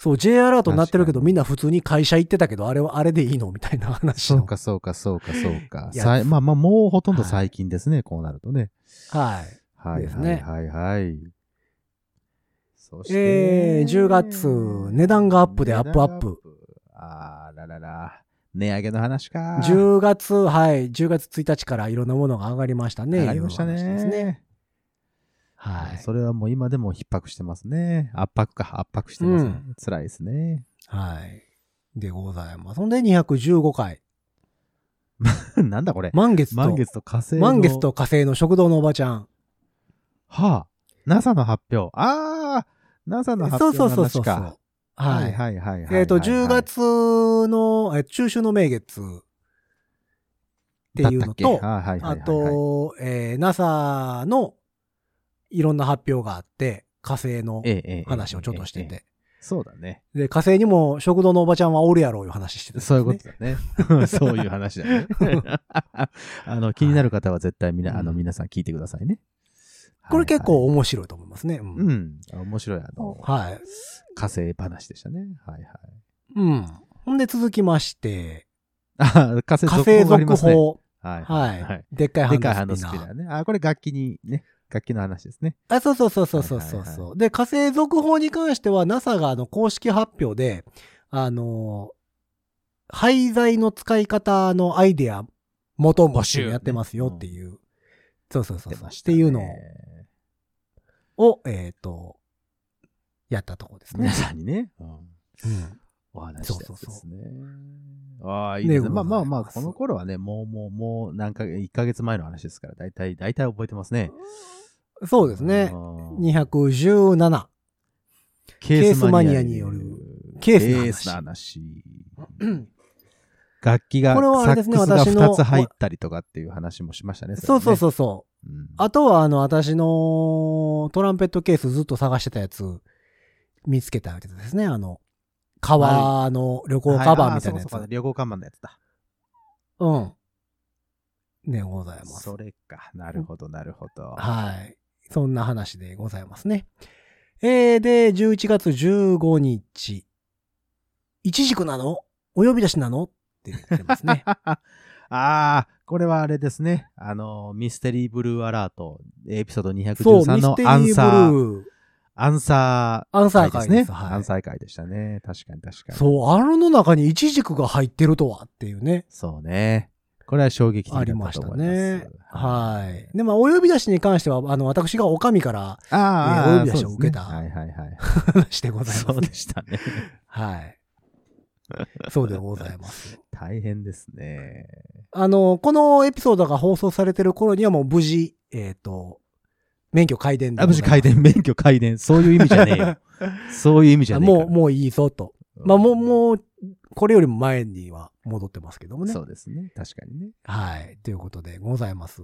Speaker 2: そう、J アラートになってるけ
Speaker 3: 確
Speaker 2: ど、
Speaker 3: かに
Speaker 2: みんな普通に会社行ってたけど、あれはあれでいいのみたいな話
Speaker 3: そ
Speaker 2: の。
Speaker 3: うか、そうか、そうか、そうか。
Speaker 2: いや
Speaker 3: さいまあまあ、もうほとんど最近ですね、こうなるとね。
Speaker 2: はい。
Speaker 3: はい、
Speaker 2: です
Speaker 3: はい、
Speaker 2: ね
Speaker 3: はい、はい。そして
Speaker 2: えー10月値段がアップでアップアップ。
Speaker 3: 値段がアップあーららら。値上げの話か。
Speaker 2: 10月、はい、10月1日からいろんなものが上がりましたね。
Speaker 3: 上がりました
Speaker 2: いう話ですね
Speaker 3: ね。
Speaker 2: はい。
Speaker 3: それはもう今でも逼迫してますね。圧迫か、圧迫してますね。辛いですね。 [laughs]
Speaker 2: はい。でございます。ほんで、215回。
Speaker 3: なんだこれ。
Speaker 2: 満月と、
Speaker 3: 満月と火星の。
Speaker 2: 満月と。火星の食堂のおばちゃん。
Speaker 3: はあ。NASA の発表。ああ !NASA の発
Speaker 2: そう
Speaker 3: 表
Speaker 2: そ
Speaker 3: の
Speaker 2: うそうそ
Speaker 3: 話
Speaker 2: う。
Speaker 3: か。
Speaker 2: は
Speaker 3: はい
Speaker 2: い。
Speaker 3: はいはいはいはい。
Speaker 2: えっと、10月の、え中秋の名月っていうの
Speaker 3: だ
Speaker 2: と
Speaker 3: ったっけ、あーはいはいは
Speaker 2: あ
Speaker 3: いはい、
Speaker 2: と、えー NASA のいろんな発表があって、火星の
Speaker 3: ええええ
Speaker 2: 話をちょっとして
Speaker 3: えええ
Speaker 2: て。
Speaker 3: えそうだね。
Speaker 2: で、火星にも食堂のおばちゃんはおるやろういう話してたんです
Speaker 3: そう
Speaker 2: ね、
Speaker 3: いうことだね。 [laughs] そういう話
Speaker 2: [laughs]
Speaker 3: だね。あの、気になる方は絶対みな、あの、
Speaker 2: うん
Speaker 3: 皆さん聞いてくださいね。
Speaker 2: これ結
Speaker 3: は
Speaker 2: 構
Speaker 3: いはい
Speaker 2: 面白いと思いますね。うん
Speaker 3: うん。あ面白い、あの、
Speaker 2: はい。
Speaker 3: 火星話でしたね。はいはい。
Speaker 2: うん。ほんで続きまして、
Speaker 3: あ、火星
Speaker 2: 火
Speaker 3: 続
Speaker 2: 星
Speaker 3: 報があり
Speaker 2: 続
Speaker 3: ますね。
Speaker 2: 報。
Speaker 3: はい
Speaker 2: はい。
Speaker 3: はい。
Speaker 2: でっかいハ
Speaker 3: で
Speaker 2: ン
Speaker 3: かい
Speaker 2: ドス
Speaker 3: ハ
Speaker 2: ピ
Speaker 3: ンド
Speaker 2: ナ
Speaker 3: スピナ
Speaker 2: ー。
Speaker 3: ーね。あ、これ楽器にね、楽器の話ですね。
Speaker 2: あ、そうそうそうそうそうそう。
Speaker 3: はいはいは
Speaker 2: で、火星続報に関しては NASA があの公式発表で、あのー廃材の使い方のアイデア、元も
Speaker 3: 募集
Speaker 2: やってますよっていう。そうそうそう
Speaker 3: 出
Speaker 2: そう。
Speaker 3: ま
Speaker 2: っ
Speaker 3: した
Speaker 2: て
Speaker 3: ね
Speaker 2: いうのを、をえっ、と、やったとこです
Speaker 3: 皆
Speaker 2: ね。
Speaker 3: さんにね、うん
Speaker 2: うん
Speaker 3: お話ししたやつですね。ああ、いい
Speaker 2: ね
Speaker 3: です
Speaker 2: ご
Speaker 3: ね。
Speaker 2: ざい
Speaker 3: ま
Speaker 2: ま
Speaker 3: あ
Speaker 2: す
Speaker 3: まあまあ、この頃はね、もうもうもう、何か、1ヶ月前の話ですから、大体、大体覚えてますね。
Speaker 2: そうですね
Speaker 3: あ。ー
Speaker 2: 217。
Speaker 3: ケ
Speaker 2: ー
Speaker 3: ー
Speaker 2: ス
Speaker 3: ス
Speaker 2: マ
Speaker 3: マ
Speaker 2: ニ
Speaker 3: ニ
Speaker 2: ア
Speaker 3: ア
Speaker 2: に
Speaker 3: に
Speaker 2: よ
Speaker 3: よ
Speaker 2: る
Speaker 3: る
Speaker 2: ケースの話
Speaker 3: 話。楽器が、
Speaker 2: これはあ
Speaker 3: サ
Speaker 2: れ
Speaker 3: ッ
Speaker 2: で
Speaker 3: ク
Speaker 2: す
Speaker 3: ス
Speaker 2: ね
Speaker 3: が
Speaker 2: 私の
Speaker 3: 2つ入ったりとかっていう話もしましたね。
Speaker 2: そうそうそうそう。
Speaker 3: う。ん
Speaker 2: あとは、あの、私のトランペットケースずっと探してたやつ、見つけたやつですね。あの、革の旅行カバーみたいなやつ。
Speaker 3: はあーそうかそうか旅行カバーのやつだ。
Speaker 2: うん。でございます
Speaker 3: そ。れか。なるほど、なるほど。。
Speaker 2: はい。そんな話でございますね。えー、で、11月15日。いちじくなのお呼び出しなのって言ってますね
Speaker 3: [laughs] あ [laughs] あー、これはあれですね。あの、ミステリーブルーアラート、エピソード
Speaker 2: そう、
Speaker 3: 213
Speaker 2: ミス
Speaker 3: の
Speaker 2: テリ
Speaker 3: ア
Speaker 2: ー
Speaker 3: ン
Speaker 2: ブル
Speaker 3: サー、
Speaker 2: ー。
Speaker 3: アンサー、
Speaker 2: アンサー
Speaker 3: で
Speaker 2: 会
Speaker 3: す
Speaker 2: で
Speaker 3: ね。
Speaker 2: す。
Speaker 3: ア
Speaker 2: は
Speaker 3: ン
Speaker 2: い。
Speaker 3: サー会でしたね。確かに確かに。う。
Speaker 2: そう、あの中にいちじくが入ってるとはっていうね。
Speaker 3: そうね。これは衝撃的だ
Speaker 2: あ
Speaker 3: った
Speaker 2: り
Speaker 3: と思い
Speaker 2: ま
Speaker 3: ま
Speaker 2: し
Speaker 3: す。
Speaker 2: たね。はいい。で、まあ、お呼び出しに関しては、あの、私がおかみ
Speaker 3: [laughs]
Speaker 2: から
Speaker 3: あー
Speaker 2: えー
Speaker 3: あー、
Speaker 2: お呼び出しを
Speaker 3: そう
Speaker 2: 受
Speaker 3: ですね
Speaker 2: けた
Speaker 3: はいはいは
Speaker 2: [laughs]
Speaker 3: い。
Speaker 2: 話してございます
Speaker 3: そう
Speaker 2: ね
Speaker 3: で。したね。
Speaker 2: はい。そうでござい
Speaker 3: [laughs]
Speaker 2: ます。
Speaker 3: 大変ですね。
Speaker 2: あの、このエピソードが放送されてる頃にはもう無事、えっ、と、免許改伝で
Speaker 3: あ、
Speaker 2: ご
Speaker 3: 無
Speaker 2: ざい
Speaker 3: 事
Speaker 2: ます
Speaker 3: 回転、免許回転。そういう意味じゃね
Speaker 2: [laughs]
Speaker 3: えよ。そういう意味じゃ
Speaker 2: あ
Speaker 3: ねえか
Speaker 2: も
Speaker 3: ら
Speaker 2: う、もういいぞと。まあ、もう、もう、これよりも前には戻ってますけどもね
Speaker 3: そ。うですね。確かにね。
Speaker 2: はい。ということでございます。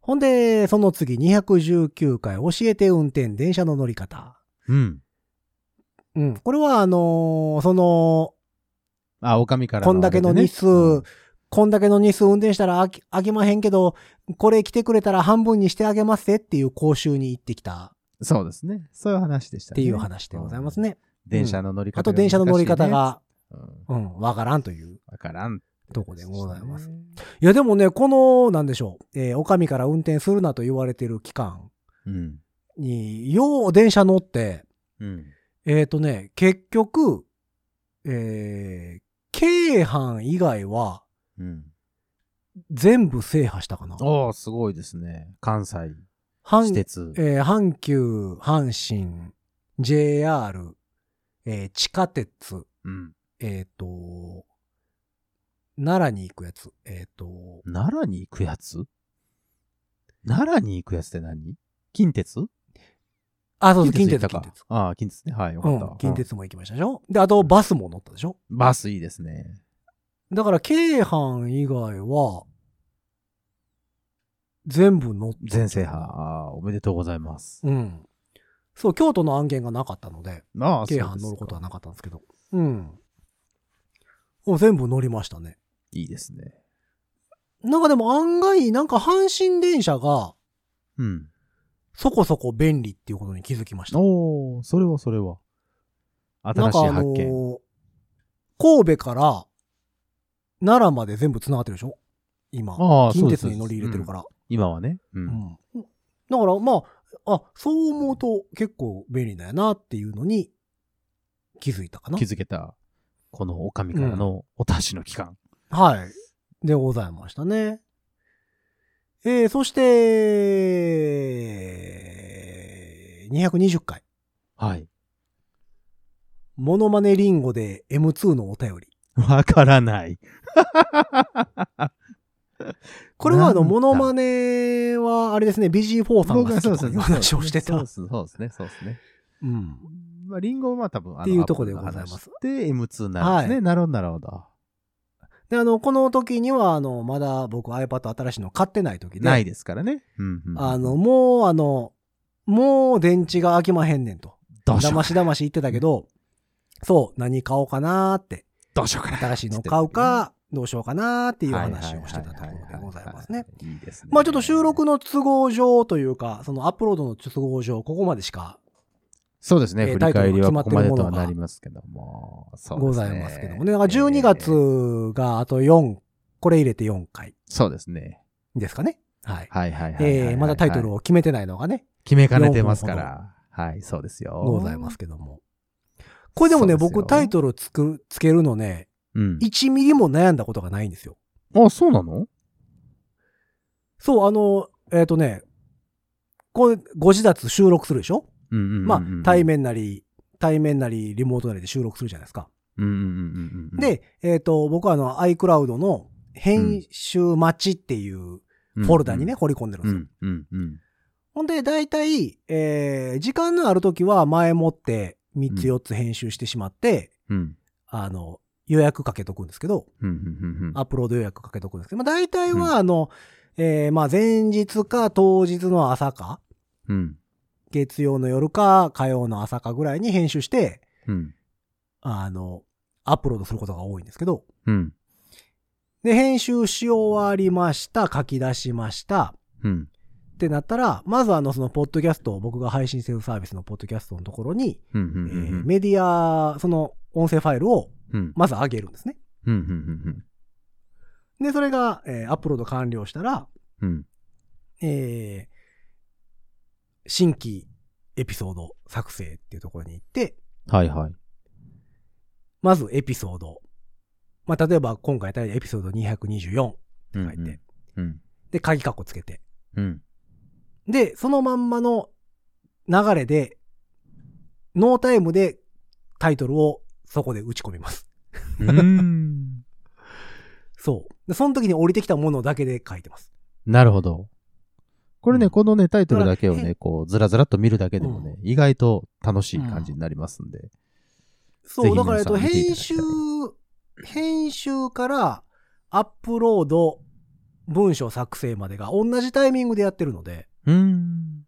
Speaker 2: ほんで、その次、219回、教えて運転、電車の乗り方。
Speaker 3: うん。
Speaker 2: うん。これは、あのーその、
Speaker 3: あ、おかみから
Speaker 2: こんだけの
Speaker 3: あれで
Speaker 2: 日
Speaker 3: ね
Speaker 2: 数、
Speaker 3: うん
Speaker 2: こんだけの日数運転したらあきあげまへんけど、これ来てくれたら半分にしてあげますぜっていう講習に行ってきた
Speaker 3: そうですね。そういう話でし
Speaker 2: っ
Speaker 3: た、
Speaker 2: て
Speaker 3: ね。
Speaker 2: いう話でございます
Speaker 3: うん。
Speaker 2: ね。
Speaker 3: 電車の乗り方、
Speaker 2: あと電車の乗り方。が、
Speaker 3: うん。
Speaker 2: うん、わからんという
Speaker 3: わからん。
Speaker 2: とこでございます。
Speaker 3: ね。
Speaker 2: いや、でもね、この、なんでしょう、えー、お上から運転するなと言われてる期間
Speaker 3: うん。
Speaker 2: に、よう電車乗って、
Speaker 3: うん。
Speaker 2: えっ、とね、結局、えー、京阪以外は
Speaker 3: うん。
Speaker 2: 全部制覇したかな。
Speaker 3: おー、すごいですね。関西、私
Speaker 2: 阪
Speaker 3: 鉄。
Speaker 2: えー阪急、阪神、JR、えー地下鉄、
Speaker 3: うん。
Speaker 2: えっ、と、奈良に行くやつ、えっ、と、
Speaker 3: 奈良に行くやつ奈良に行くやつって何近鉄
Speaker 2: あ、そうそう、近鉄、
Speaker 3: 行った
Speaker 2: 近
Speaker 3: か
Speaker 2: 鉄。
Speaker 3: ああ、近鉄ね。はい、よ
Speaker 2: う
Speaker 3: かった。
Speaker 2: ん、近鉄も行きましたでしょで、あとバスも乗ったでしょ
Speaker 3: うん。バスいいですね。
Speaker 2: だから、京阪以外は、全部乗って。
Speaker 3: 全制覇。ああ、おめでとうございます。
Speaker 2: うん。そう、京都の案件がなかったので、
Speaker 3: ああ、
Speaker 2: 京
Speaker 3: そう
Speaker 2: 阪
Speaker 3: です
Speaker 2: 乗ることはなかったんですけど。うん。もう全部乗りましたね。
Speaker 3: いいですね。
Speaker 2: なんかでも案外、なんか阪神電車が
Speaker 3: うん。
Speaker 2: そこそこ便利っていうことに気づきました。
Speaker 3: おおそれはそれは。新しい発
Speaker 2: なんかあの
Speaker 3: 見。
Speaker 2: ー神戸から奈良まで全部繋がってるでしょ今
Speaker 3: あ。あ
Speaker 2: 近鉄
Speaker 3: そうで
Speaker 2: に
Speaker 3: す
Speaker 2: 乗り入れてるから。
Speaker 3: 今はね。うん。
Speaker 2: うんだからまあ、あ、そう思うと結構便利だよなっていうのに気づいたかな
Speaker 3: 気。づけた、このおかみからのお達しの期間。
Speaker 2: はい。でございましたね。えー、そして、220回。
Speaker 3: はい。
Speaker 2: モノマネリンゴで M2 のお便り。
Speaker 3: わからない。
Speaker 2: これはあの、
Speaker 3: なんだ
Speaker 2: モノマネは、あれですね、BG4 さんが好きとかいう話をしてた。
Speaker 3: そう
Speaker 2: う
Speaker 3: ですそうですね、そうですね。
Speaker 2: ん。
Speaker 3: まあ、リンゴは多分、
Speaker 2: っていうとこでございます
Speaker 3: で、M2 になるんですね。
Speaker 2: は
Speaker 3: なるほど、なるほど。
Speaker 2: で、あの、この時には、あの、まだ僕 iPad 新しいの買ってない時で、
Speaker 3: ないですからね。うん、うん。
Speaker 2: あの、、もう、あの、もう電池が飽きまへんねんと。
Speaker 3: どうしよう
Speaker 2: 騙し騙し言ってたけど、そう、何買おうかなーって。
Speaker 3: どうしようかな。
Speaker 2: 新しいの買うか、どうしようかなーっていう話をしてたところでございますね。。
Speaker 3: いいですね。
Speaker 2: まあちょっと収録の都合上というか、そのアップロードの都合上、ここまでしか
Speaker 3: そうです
Speaker 2: え
Speaker 3: ね。
Speaker 2: ー
Speaker 3: 振り返りはここまで
Speaker 2: タイトルの決まってるもの
Speaker 3: とは
Speaker 2: が
Speaker 3: なりますけども。そうで
Speaker 2: ございますけどもね。だから12月
Speaker 3: えー
Speaker 2: があと4、これ入れて4回
Speaker 3: そうですね。
Speaker 2: ですかね。はい。
Speaker 3: はいはいはいはいはいはい。
Speaker 2: えーまだタイトル
Speaker 3: を。
Speaker 2: を決めてないのがね、
Speaker 3: 決めかねてますから。はい、そうですよ。
Speaker 2: ございます。けども。これでもね、
Speaker 3: そうですよ
Speaker 2: 僕タイトルつく、つけるのね、
Speaker 3: うん。
Speaker 2: 1ミリも悩んだことがないんですよ。
Speaker 3: あ、そうなの
Speaker 2: そう、あの、えっ、とね、これ、ご自立収録するでしょ
Speaker 3: うんうんうんうん。
Speaker 2: まあ、対。面なり、対面なり、リモートなりで収録するじゃないですか。
Speaker 3: うんうんうんうん。、
Speaker 2: で、えっ、と、僕はあの、iCloud の編集待ちっていうフォルダにね、。掘り込んでるん
Speaker 3: う
Speaker 2: ですよ。
Speaker 3: んうんうん。
Speaker 2: ほんで、大体、えー、時間のある時は前もって3つ4つ編集してしまって、
Speaker 3: うん
Speaker 2: あの、予約かけとくんですけど、
Speaker 3: うんうんうん。
Speaker 2: アップロード予約かけとくんですけど、まあ大体
Speaker 3: うん
Speaker 2: は、あの、えーまあ前日か当日の朝か、
Speaker 3: うん。
Speaker 2: 月曜の夜か火曜の朝かぐらいに編集して、
Speaker 3: うん。
Speaker 2: あの、アップロードすることが多いんですけど、
Speaker 3: うん。
Speaker 2: で、編集し終わりました、書き出しました、
Speaker 3: うん。
Speaker 2: ってなったら、まずあの、その、ポッドキャストを、僕が配信してるサービスのポッドキャストのところに、
Speaker 3: うん。う
Speaker 2: え
Speaker 3: ん。
Speaker 2: ーメディア、その音声ファイルを
Speaker 3: うん。
Speaker 2: まず上げるんですね。
Speaker 3: うん。うん。
Speaker 2: で、それが、えーアップロード完了したら、
Speaker 3: うん。
Speaker 2: えー新規エピソード作成っていうところに行って、
Speaker 3: はいはい。
Speaker 2: まずエピソード。まあ、例えば今回やったらエピソード224って
Speaker 3: うん
Speaker 2: 書いて、
Speaker 3: うん。
Speaker 2: で、鍵括弧つけて。
Speaker 3: うん。
Speaker 2: で、そのまんまの流れで、ノータイムでタイトルをそこで打ち込みます。
Speaker 3: うーん。
Speaker 2: そう。でその時に降りてきたものだけで書いてます。
Speaker 3: なるほど。これね、
Speaker 2: うん
Speaker 3: このね、タイトルだけを
Speaker 2: だから
Speaker 3: ね、こう、ずらずらっと見るだけでもね、意外と楽しい感じになりますんで。
Speaker 2: そ
Speaker 3: ぜ
Speaker 2: う、
Speaker 3: ひ
Speaker 2: だから、えっと、
Speaker 3: 皆さん見ていた
Speaker 2: 編
Speaker 3: だきた
Speaker 2: 集
Speaker 3: い、
Speaker 2: 編集からアップロード、文章作成までが同じタイミングでやってるので、
Speaker 3: うーん。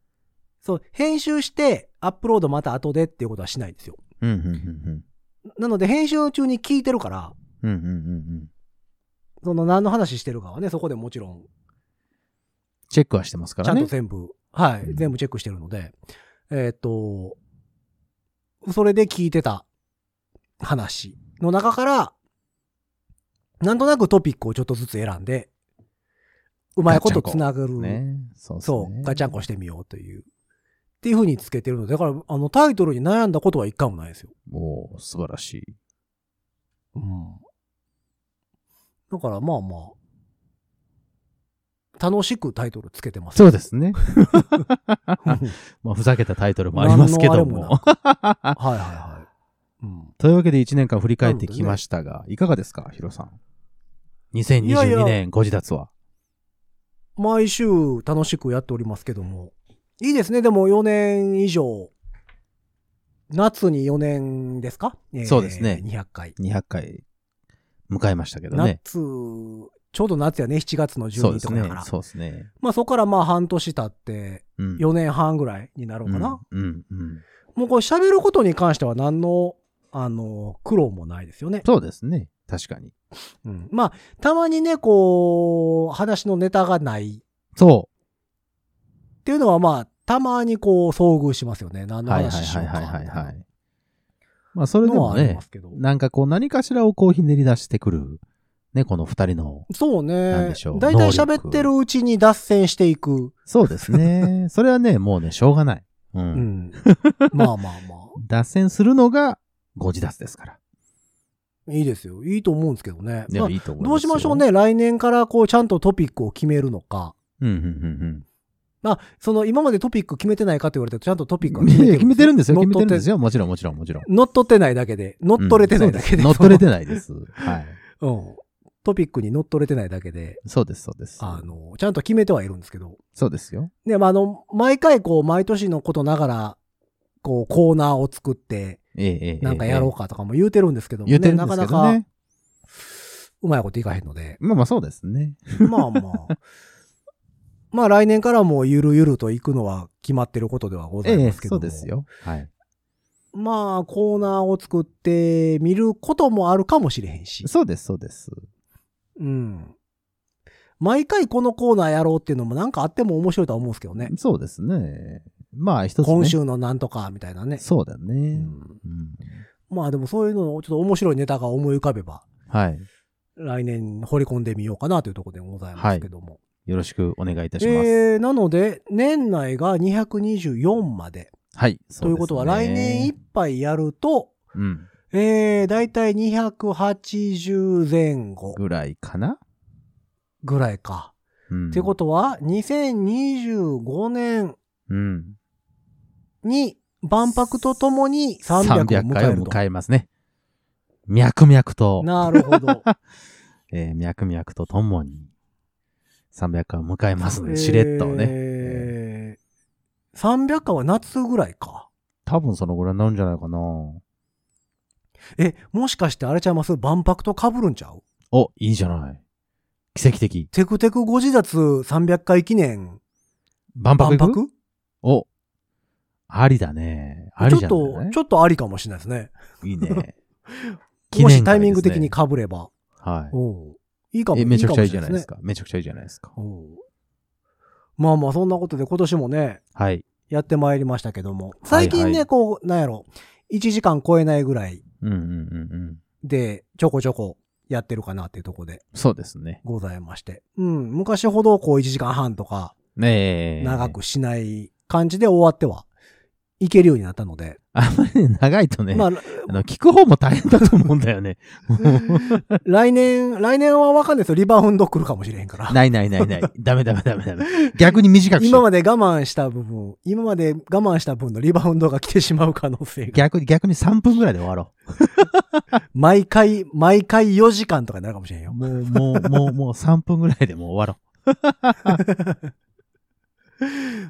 Speaker 2: そう、編集してアップロードまた後でっていうことはしないんですよ。
Speaker 3: うん、うん、うん、
Speaker 2: なので、編集中に聞いてるから、
Speaker 3: うん。うん、うん、うん。
Speaker 2: その何の話してるかはね、そこでもちろん、
Speaker 3: チェックはしてますか
Speaker 2: ちゃん
Speaker 3: ら
Speaker 2: と
Speaker 3: ね。
Speaker 2: 全部、はい、
Speaker 3: うん
Speaker 2: 全部チェックしてるので、えっと、それで聞いてた話の中から、なんとなくトピックをちょっとずつ選んで、うまいことつながる、
Speaker 3: ね。そうです
Speaker 2: そ
Speaker 3: ね
Speaker 2: う、ガチャンコしてみようという、っていう風につけてるので、だから、あの、タイトルに悩んだことは一回もないですよ。
Speaker 3: おー素晴らしい。
Speaker 2: うん。だから、まあまあ、楽しくタイトルつけてます。
Speaker 3: そうですね。
Speaker 2: うん
Speaker 3: まあ、ふざけたタイトルもありますけど
Speaker 2: 何 [laughs] のあれもな
Speaker 3: も。
Speaker 2: はいはいはい。うん。
Speaker 3: [laughs] というわけで1年間振り返ってきましたが、いかがですか、ヒロさん。
Speaker 2: いやいや
Speaker 3: 2022年ご自立は。
Speaker 2: 毎週楽しくやっておりますけども。いいですね。でも4年以上。夏に4年ですか、えー
Speaker 3: そうですね
Speaker 2: 200回。
Speaker 3: 200回迎えましたけどね。
Speaker 2: 夏、ちょうど夏やね。7月の
Speaker 3: そう
Speaker 2: 12と
Speaker 3: です
Speaker 2: かだ
Speaker 3: ね
Speaker 2: から。。
Speaker 3: そうですね。
Speaker 2: まあそこからまあ半年経って
Speaker 3: うん。
Speaker 2: 4年半ぐらいになろうかな。
Speaker 3: うん、うん、うん。
Speaker 2: もうこれ喋ることに関しては何の、あの、苦労もないですよね。
Speaker 3: そうですね。確かに。
Speaker 2: うん、まあ、たまにね、こう、話のネタがない
Speaker 3: そ
Speaker 2: っていうのはまあ、たまにこう遭遇しますよね。何
Speaker 3: う。
Speaker 2: の
Speaker 3: はいはい
Speaker 2: 話しよ
Speaker 3: は
Speaker 2: う
Speaker 3: い
Speaker 2: か
Speaker 3: はい
Speaker 2: みた
Speaker 3: はいい、
Speaker 2: な
Speaker 3: はい。まあ、それで
Speaker 2: のは
Speaker 3: も
Speaker 2: あり
Speaker 3: ね
Speaker 2: ま、すけど。
Speaker 3: なんかこう何かしらをこうひねり出してくる、ね、この二人の。
Speaker 2: そう
Speaker 3: なん
Speaker 2: ね
Speaker 3: でしょ。う
Speaker 2: 大体喋ってるうちに脱線していく。
Speaker 3: そうで
Speaker 2: [laughs]
Speaker 3: すね。それはね、もうね、しょうがない。う。
Speaker 2: うんん。まあまあま
Speaker 3: 脱線するのがご自立ですから。
Speaker 2: あ。いいですよ。いいと思うんですけどね。
Speaker 3: で
Speaker 2: ま
Speaker 3: も
Speaker 2: あ
Speaker 3: いいと思いますよ
Speaker 2: どうしましょう。ね。来年からこうちゃんとトピックを決めるのか。
Speaker 3: うん、うん、うん、
Speaker 2: まあ、その今までトピック決めてないかと言われてちゃんとトピックは
Speaker 3: うん。
Speaker 2: 決めてる。
Speaker 3: 決めてるんですよ。決めてるんです
Speaker 2: よ。
Speaker 3: よ。もちろん、もちろん、もちろん。
Speaker 2: 乗っ取ってないだけで。乗っ取れてないだけで。
Speaker 3: うん乗っ取れてな
Speaker 2: [laughs]
Speaker 3: いです。はい。
Speaker 2: そのうん。トピックに乗っ取れてないだけで、
Speaker 3: そうです、そうです。
Speaker 2: あの、ちゃんと決めてはいるんですけど。
Speaker 3: そうですよ。
Speaker 2: ね、まあ、あの、毎回こう、毎年のことながら、こう、コーナーを作って、
Speaker 3: ええええ
Speaker 2: なんかやろうかとかも言うてるんですけども、
Speaker 3: 言ってるんです
Speaker 2: な
Speaker 3: け
Speaker 2: かなか
Speaker 3: どね。
Speaker 2: うまいこといかへんので、
Speaker 3: まあまあそうですね。
Speaker 2: まあま
Speaker 3: [laughs]
Speaker 2: あ。まあ来年からもゆるゆると行くのは決まってることではござい
Speaker 3: ええ
Speaker 2: ますけど
Speaker 3: そう
Speaker 2: も、
Speaker 3: ですよ。はい。
Speaker 2: まあコーナーを作ってみることもあるかもしれへんし。
Speaker 3: そうです、そうです。
Speaker 2: うん。毎回このコーナーやろうっていうのもなんかあっても面白いとは思うんですけどね。
Speaker 3: そうですね。まあ一つね。
Speaker 2: 今週のなんとかみたいなね。
Speaker 3: そうだね。
Speaker 2: うん
Speaker 3: うん
Speaker 2: まあでもそういうのをちょっと面白いネタが思い浮かべば、
Speaker 3: はい。
Speaker 2: 来年掘り込んでみようかなというところでございますけども。
Speaker 3: よろしくお願いいたします。
Speaker 2: えー、なので、年内が224まで。
Speaker 3: はい。
Speaker 2: ということは、
Speaker 3: そうです
Speaker 2: 来
Speaker 3: ね
Speaker 2: 年いっぱいやると、
Speaker 3: うん。
Speaker 2: えー、だいたい280前後
Speaker 3: ぐらいかな。
Speaker 2: ぐらいか。
Speaker 3: うん。
Speaker 2: ってことは、2025年
Speaker 3: うん。
Speaker 2: に万博とともに300を
Speaker 3: 300
Speaker 2: 迎
Speaker 3: 回
Speaker 2: え
Speaker 3: を
Speaker 2: ると。
Speaker 3: 迎えますね。脈々と、
Speaker 2: なるほど。
Speaker 3: えー脈々とともに、300回を迎え [laughs] ますので、しれっとね。えー
Speaker 2: えー、300回は夏ぐらいか。
Speaker 3: 多分そのぐらいになるんじゃないかな。
Speaker 2: え、もしかしてあれちゃいます万博と被るんちゃう
Speaker 3: お、いいじゃない。奇跡的。
Speaker 2: テクテクご自立300回記念
Speaker 3: 万博
Speaker 2: 万
Speaker 3: 行く
Speaker 2: 博
Speaker 3: お、ありだね。あり
Speaker 2: ち
Speaker 3: じ
Speaker 2: ょっ
Speaker 3: ゃ
Speaker 2: と
Speaker 3: ない、
Speaker 2: ちょっとありかもしれないですね。
Speaker 3: いい
Speaker 2: [laughs]
Speaker 3: ね。
Speaker 2: もしタイミング的に
Speaker 3: 記
Speaker 2: 被れば。
Speaker 3: 念会ですね。
Speaker 2: うんいいか
Speaker 3: はい。
Speaker 2: も
Speaker 3: え、めちゃくちゃいいじゃない
Speaker 2: かも
Speaker 3: で
Speaker 2: し
Speaker 3: すか。めちゃくちゃいいじゃないですか。
Speaker 2: れないですね。うんまあまあ、そんなことで今年もね、
Speaker 3: はい。
Speaker 2: やってまいりましたけども。最近ね、
Speaker 3: はいはい
Speaker 2: こう、なんやろ、1時間超えないぐらい
Speaker 3: うんうんうんうん。
Speaker 2: で、ちょこちょこやってるかなっていうところで
Speaker 3: そうですね。
Speaker 2: ございまして。うん、昔ほどこう1時間半とか
Speaker 3: ねえ。
Speaker 2: 長くしない感じで終わっては行けるようになったので、
Speaker 3: あんまりね長いとね、
Speaker 2: まあ、
Speaker 3: あの、聞く方も大変だと思うんだよね。
Speaker 2: 来年、 [laughs] 来年はわかんないですよ。リバウンド来るかもしれへんから。
Speaker 3: [laughs] [laughs] ないないないない。ダメダメダメダメ。逆に短くし
Speaker 2: 今
Speaker 3: よう。
Speaker 2: まで我慢した部分、今まで我慢した分のリバウンドが来てしまう可能性が、
Speaker 3: 逆に、逆に3分ぐらいで終わろ
Speaker 2: 毎回、毎回4時間とかになるかもしれん
Speaker 3: う。
Speaker 2: よ。
Speaker 3: もう、もう、もう、もう3分ぐらいでもう終わろ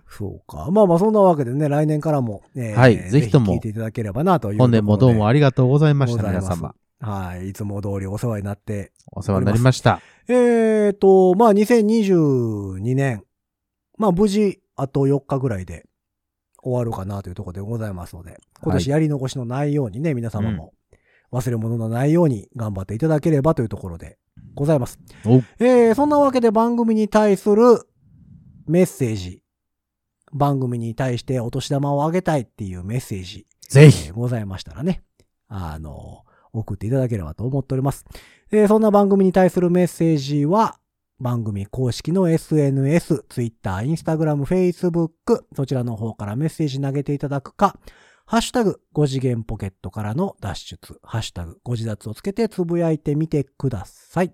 Speaker 2: そうか。まあまあ、そんなわけでね、来年からも、えー
Speaker 3: はいぜひとも。
Speaker 2: 聞いていただければなという
Speaker 3: [laughs]
Speaker 2: う。
Speaker 3: 本年もどうも
Speaker 2: あり
Speaker 3: ありがとうございま
Speaker 2: が
Speaker 3: し
Speaker 2: とうご
Speaker 3: た、
Speaker 2: ざい
Speaker 3: 皆
Speaker 2: ます
Speaker 3: 様。。
Speaker 2: はい。いつも通りお世話になって。
Speaker 3: お世話になりました。
Speaker 2: えーと、まあ、2022年、まあ、無事、あと4日ぐらいで終わるかなというところでございますので、今年やり残しのないようにね、皆様も忘れ物のないように頑張っていただければというところでございます。
Speaker 3: お
Speaker 2: えー、そんなわけで番組に対するメッセージ、番組に対してお年玉をあげたいっていうメッセージ、
Speaker 3: ぜ
Speaker 2: え
Speaker 3: ひ
Speaker 2: ー。ございましたらね、あの、送っていただければと思っております。えーそんな番組に対するメッセージは、番組公式の SNS、Twitter、Instagram、Facebook、そちらの方からメッセージ投げていただくか、ハッシュタグ、5次元ポケットからの脱出、ハッシュタグ、5次脱をつけてつぶやいてみてください。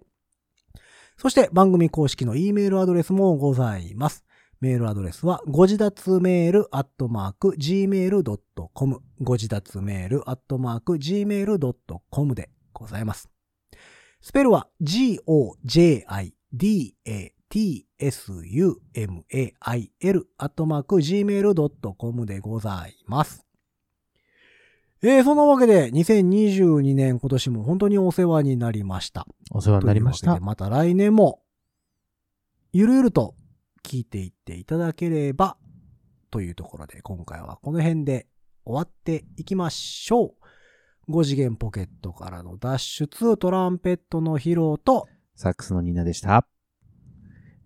Speaker 2: そして番組公式の E メールアドレスもございます。メールアドレスは、ご自立メールアットマーク gmail.com。ご自立メールアットマーク gmail.com でございます。スペルは、g-o-j-i-d-a-t-s-u-m-a-i-l アットマーク gmail.com でございます。えー、そんなわけで、2022年今年も本当にお世話になりました。
Speaker 3: お世話になりまし
Speaker 2: というわ
Speaker 3: た
Speaker 2: けで。また来年も、ゆるゆると聞いていっていただければ、というところで、今回はこの辺で終わっていきましょう。5次元ポケットからの脱出、トランペットの披露と、
Speaker 3: サックスのニーナでした。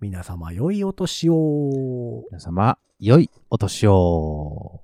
Speaker 2: 皆様良いお年を。
Speaker 3: 皆様、良いお年を。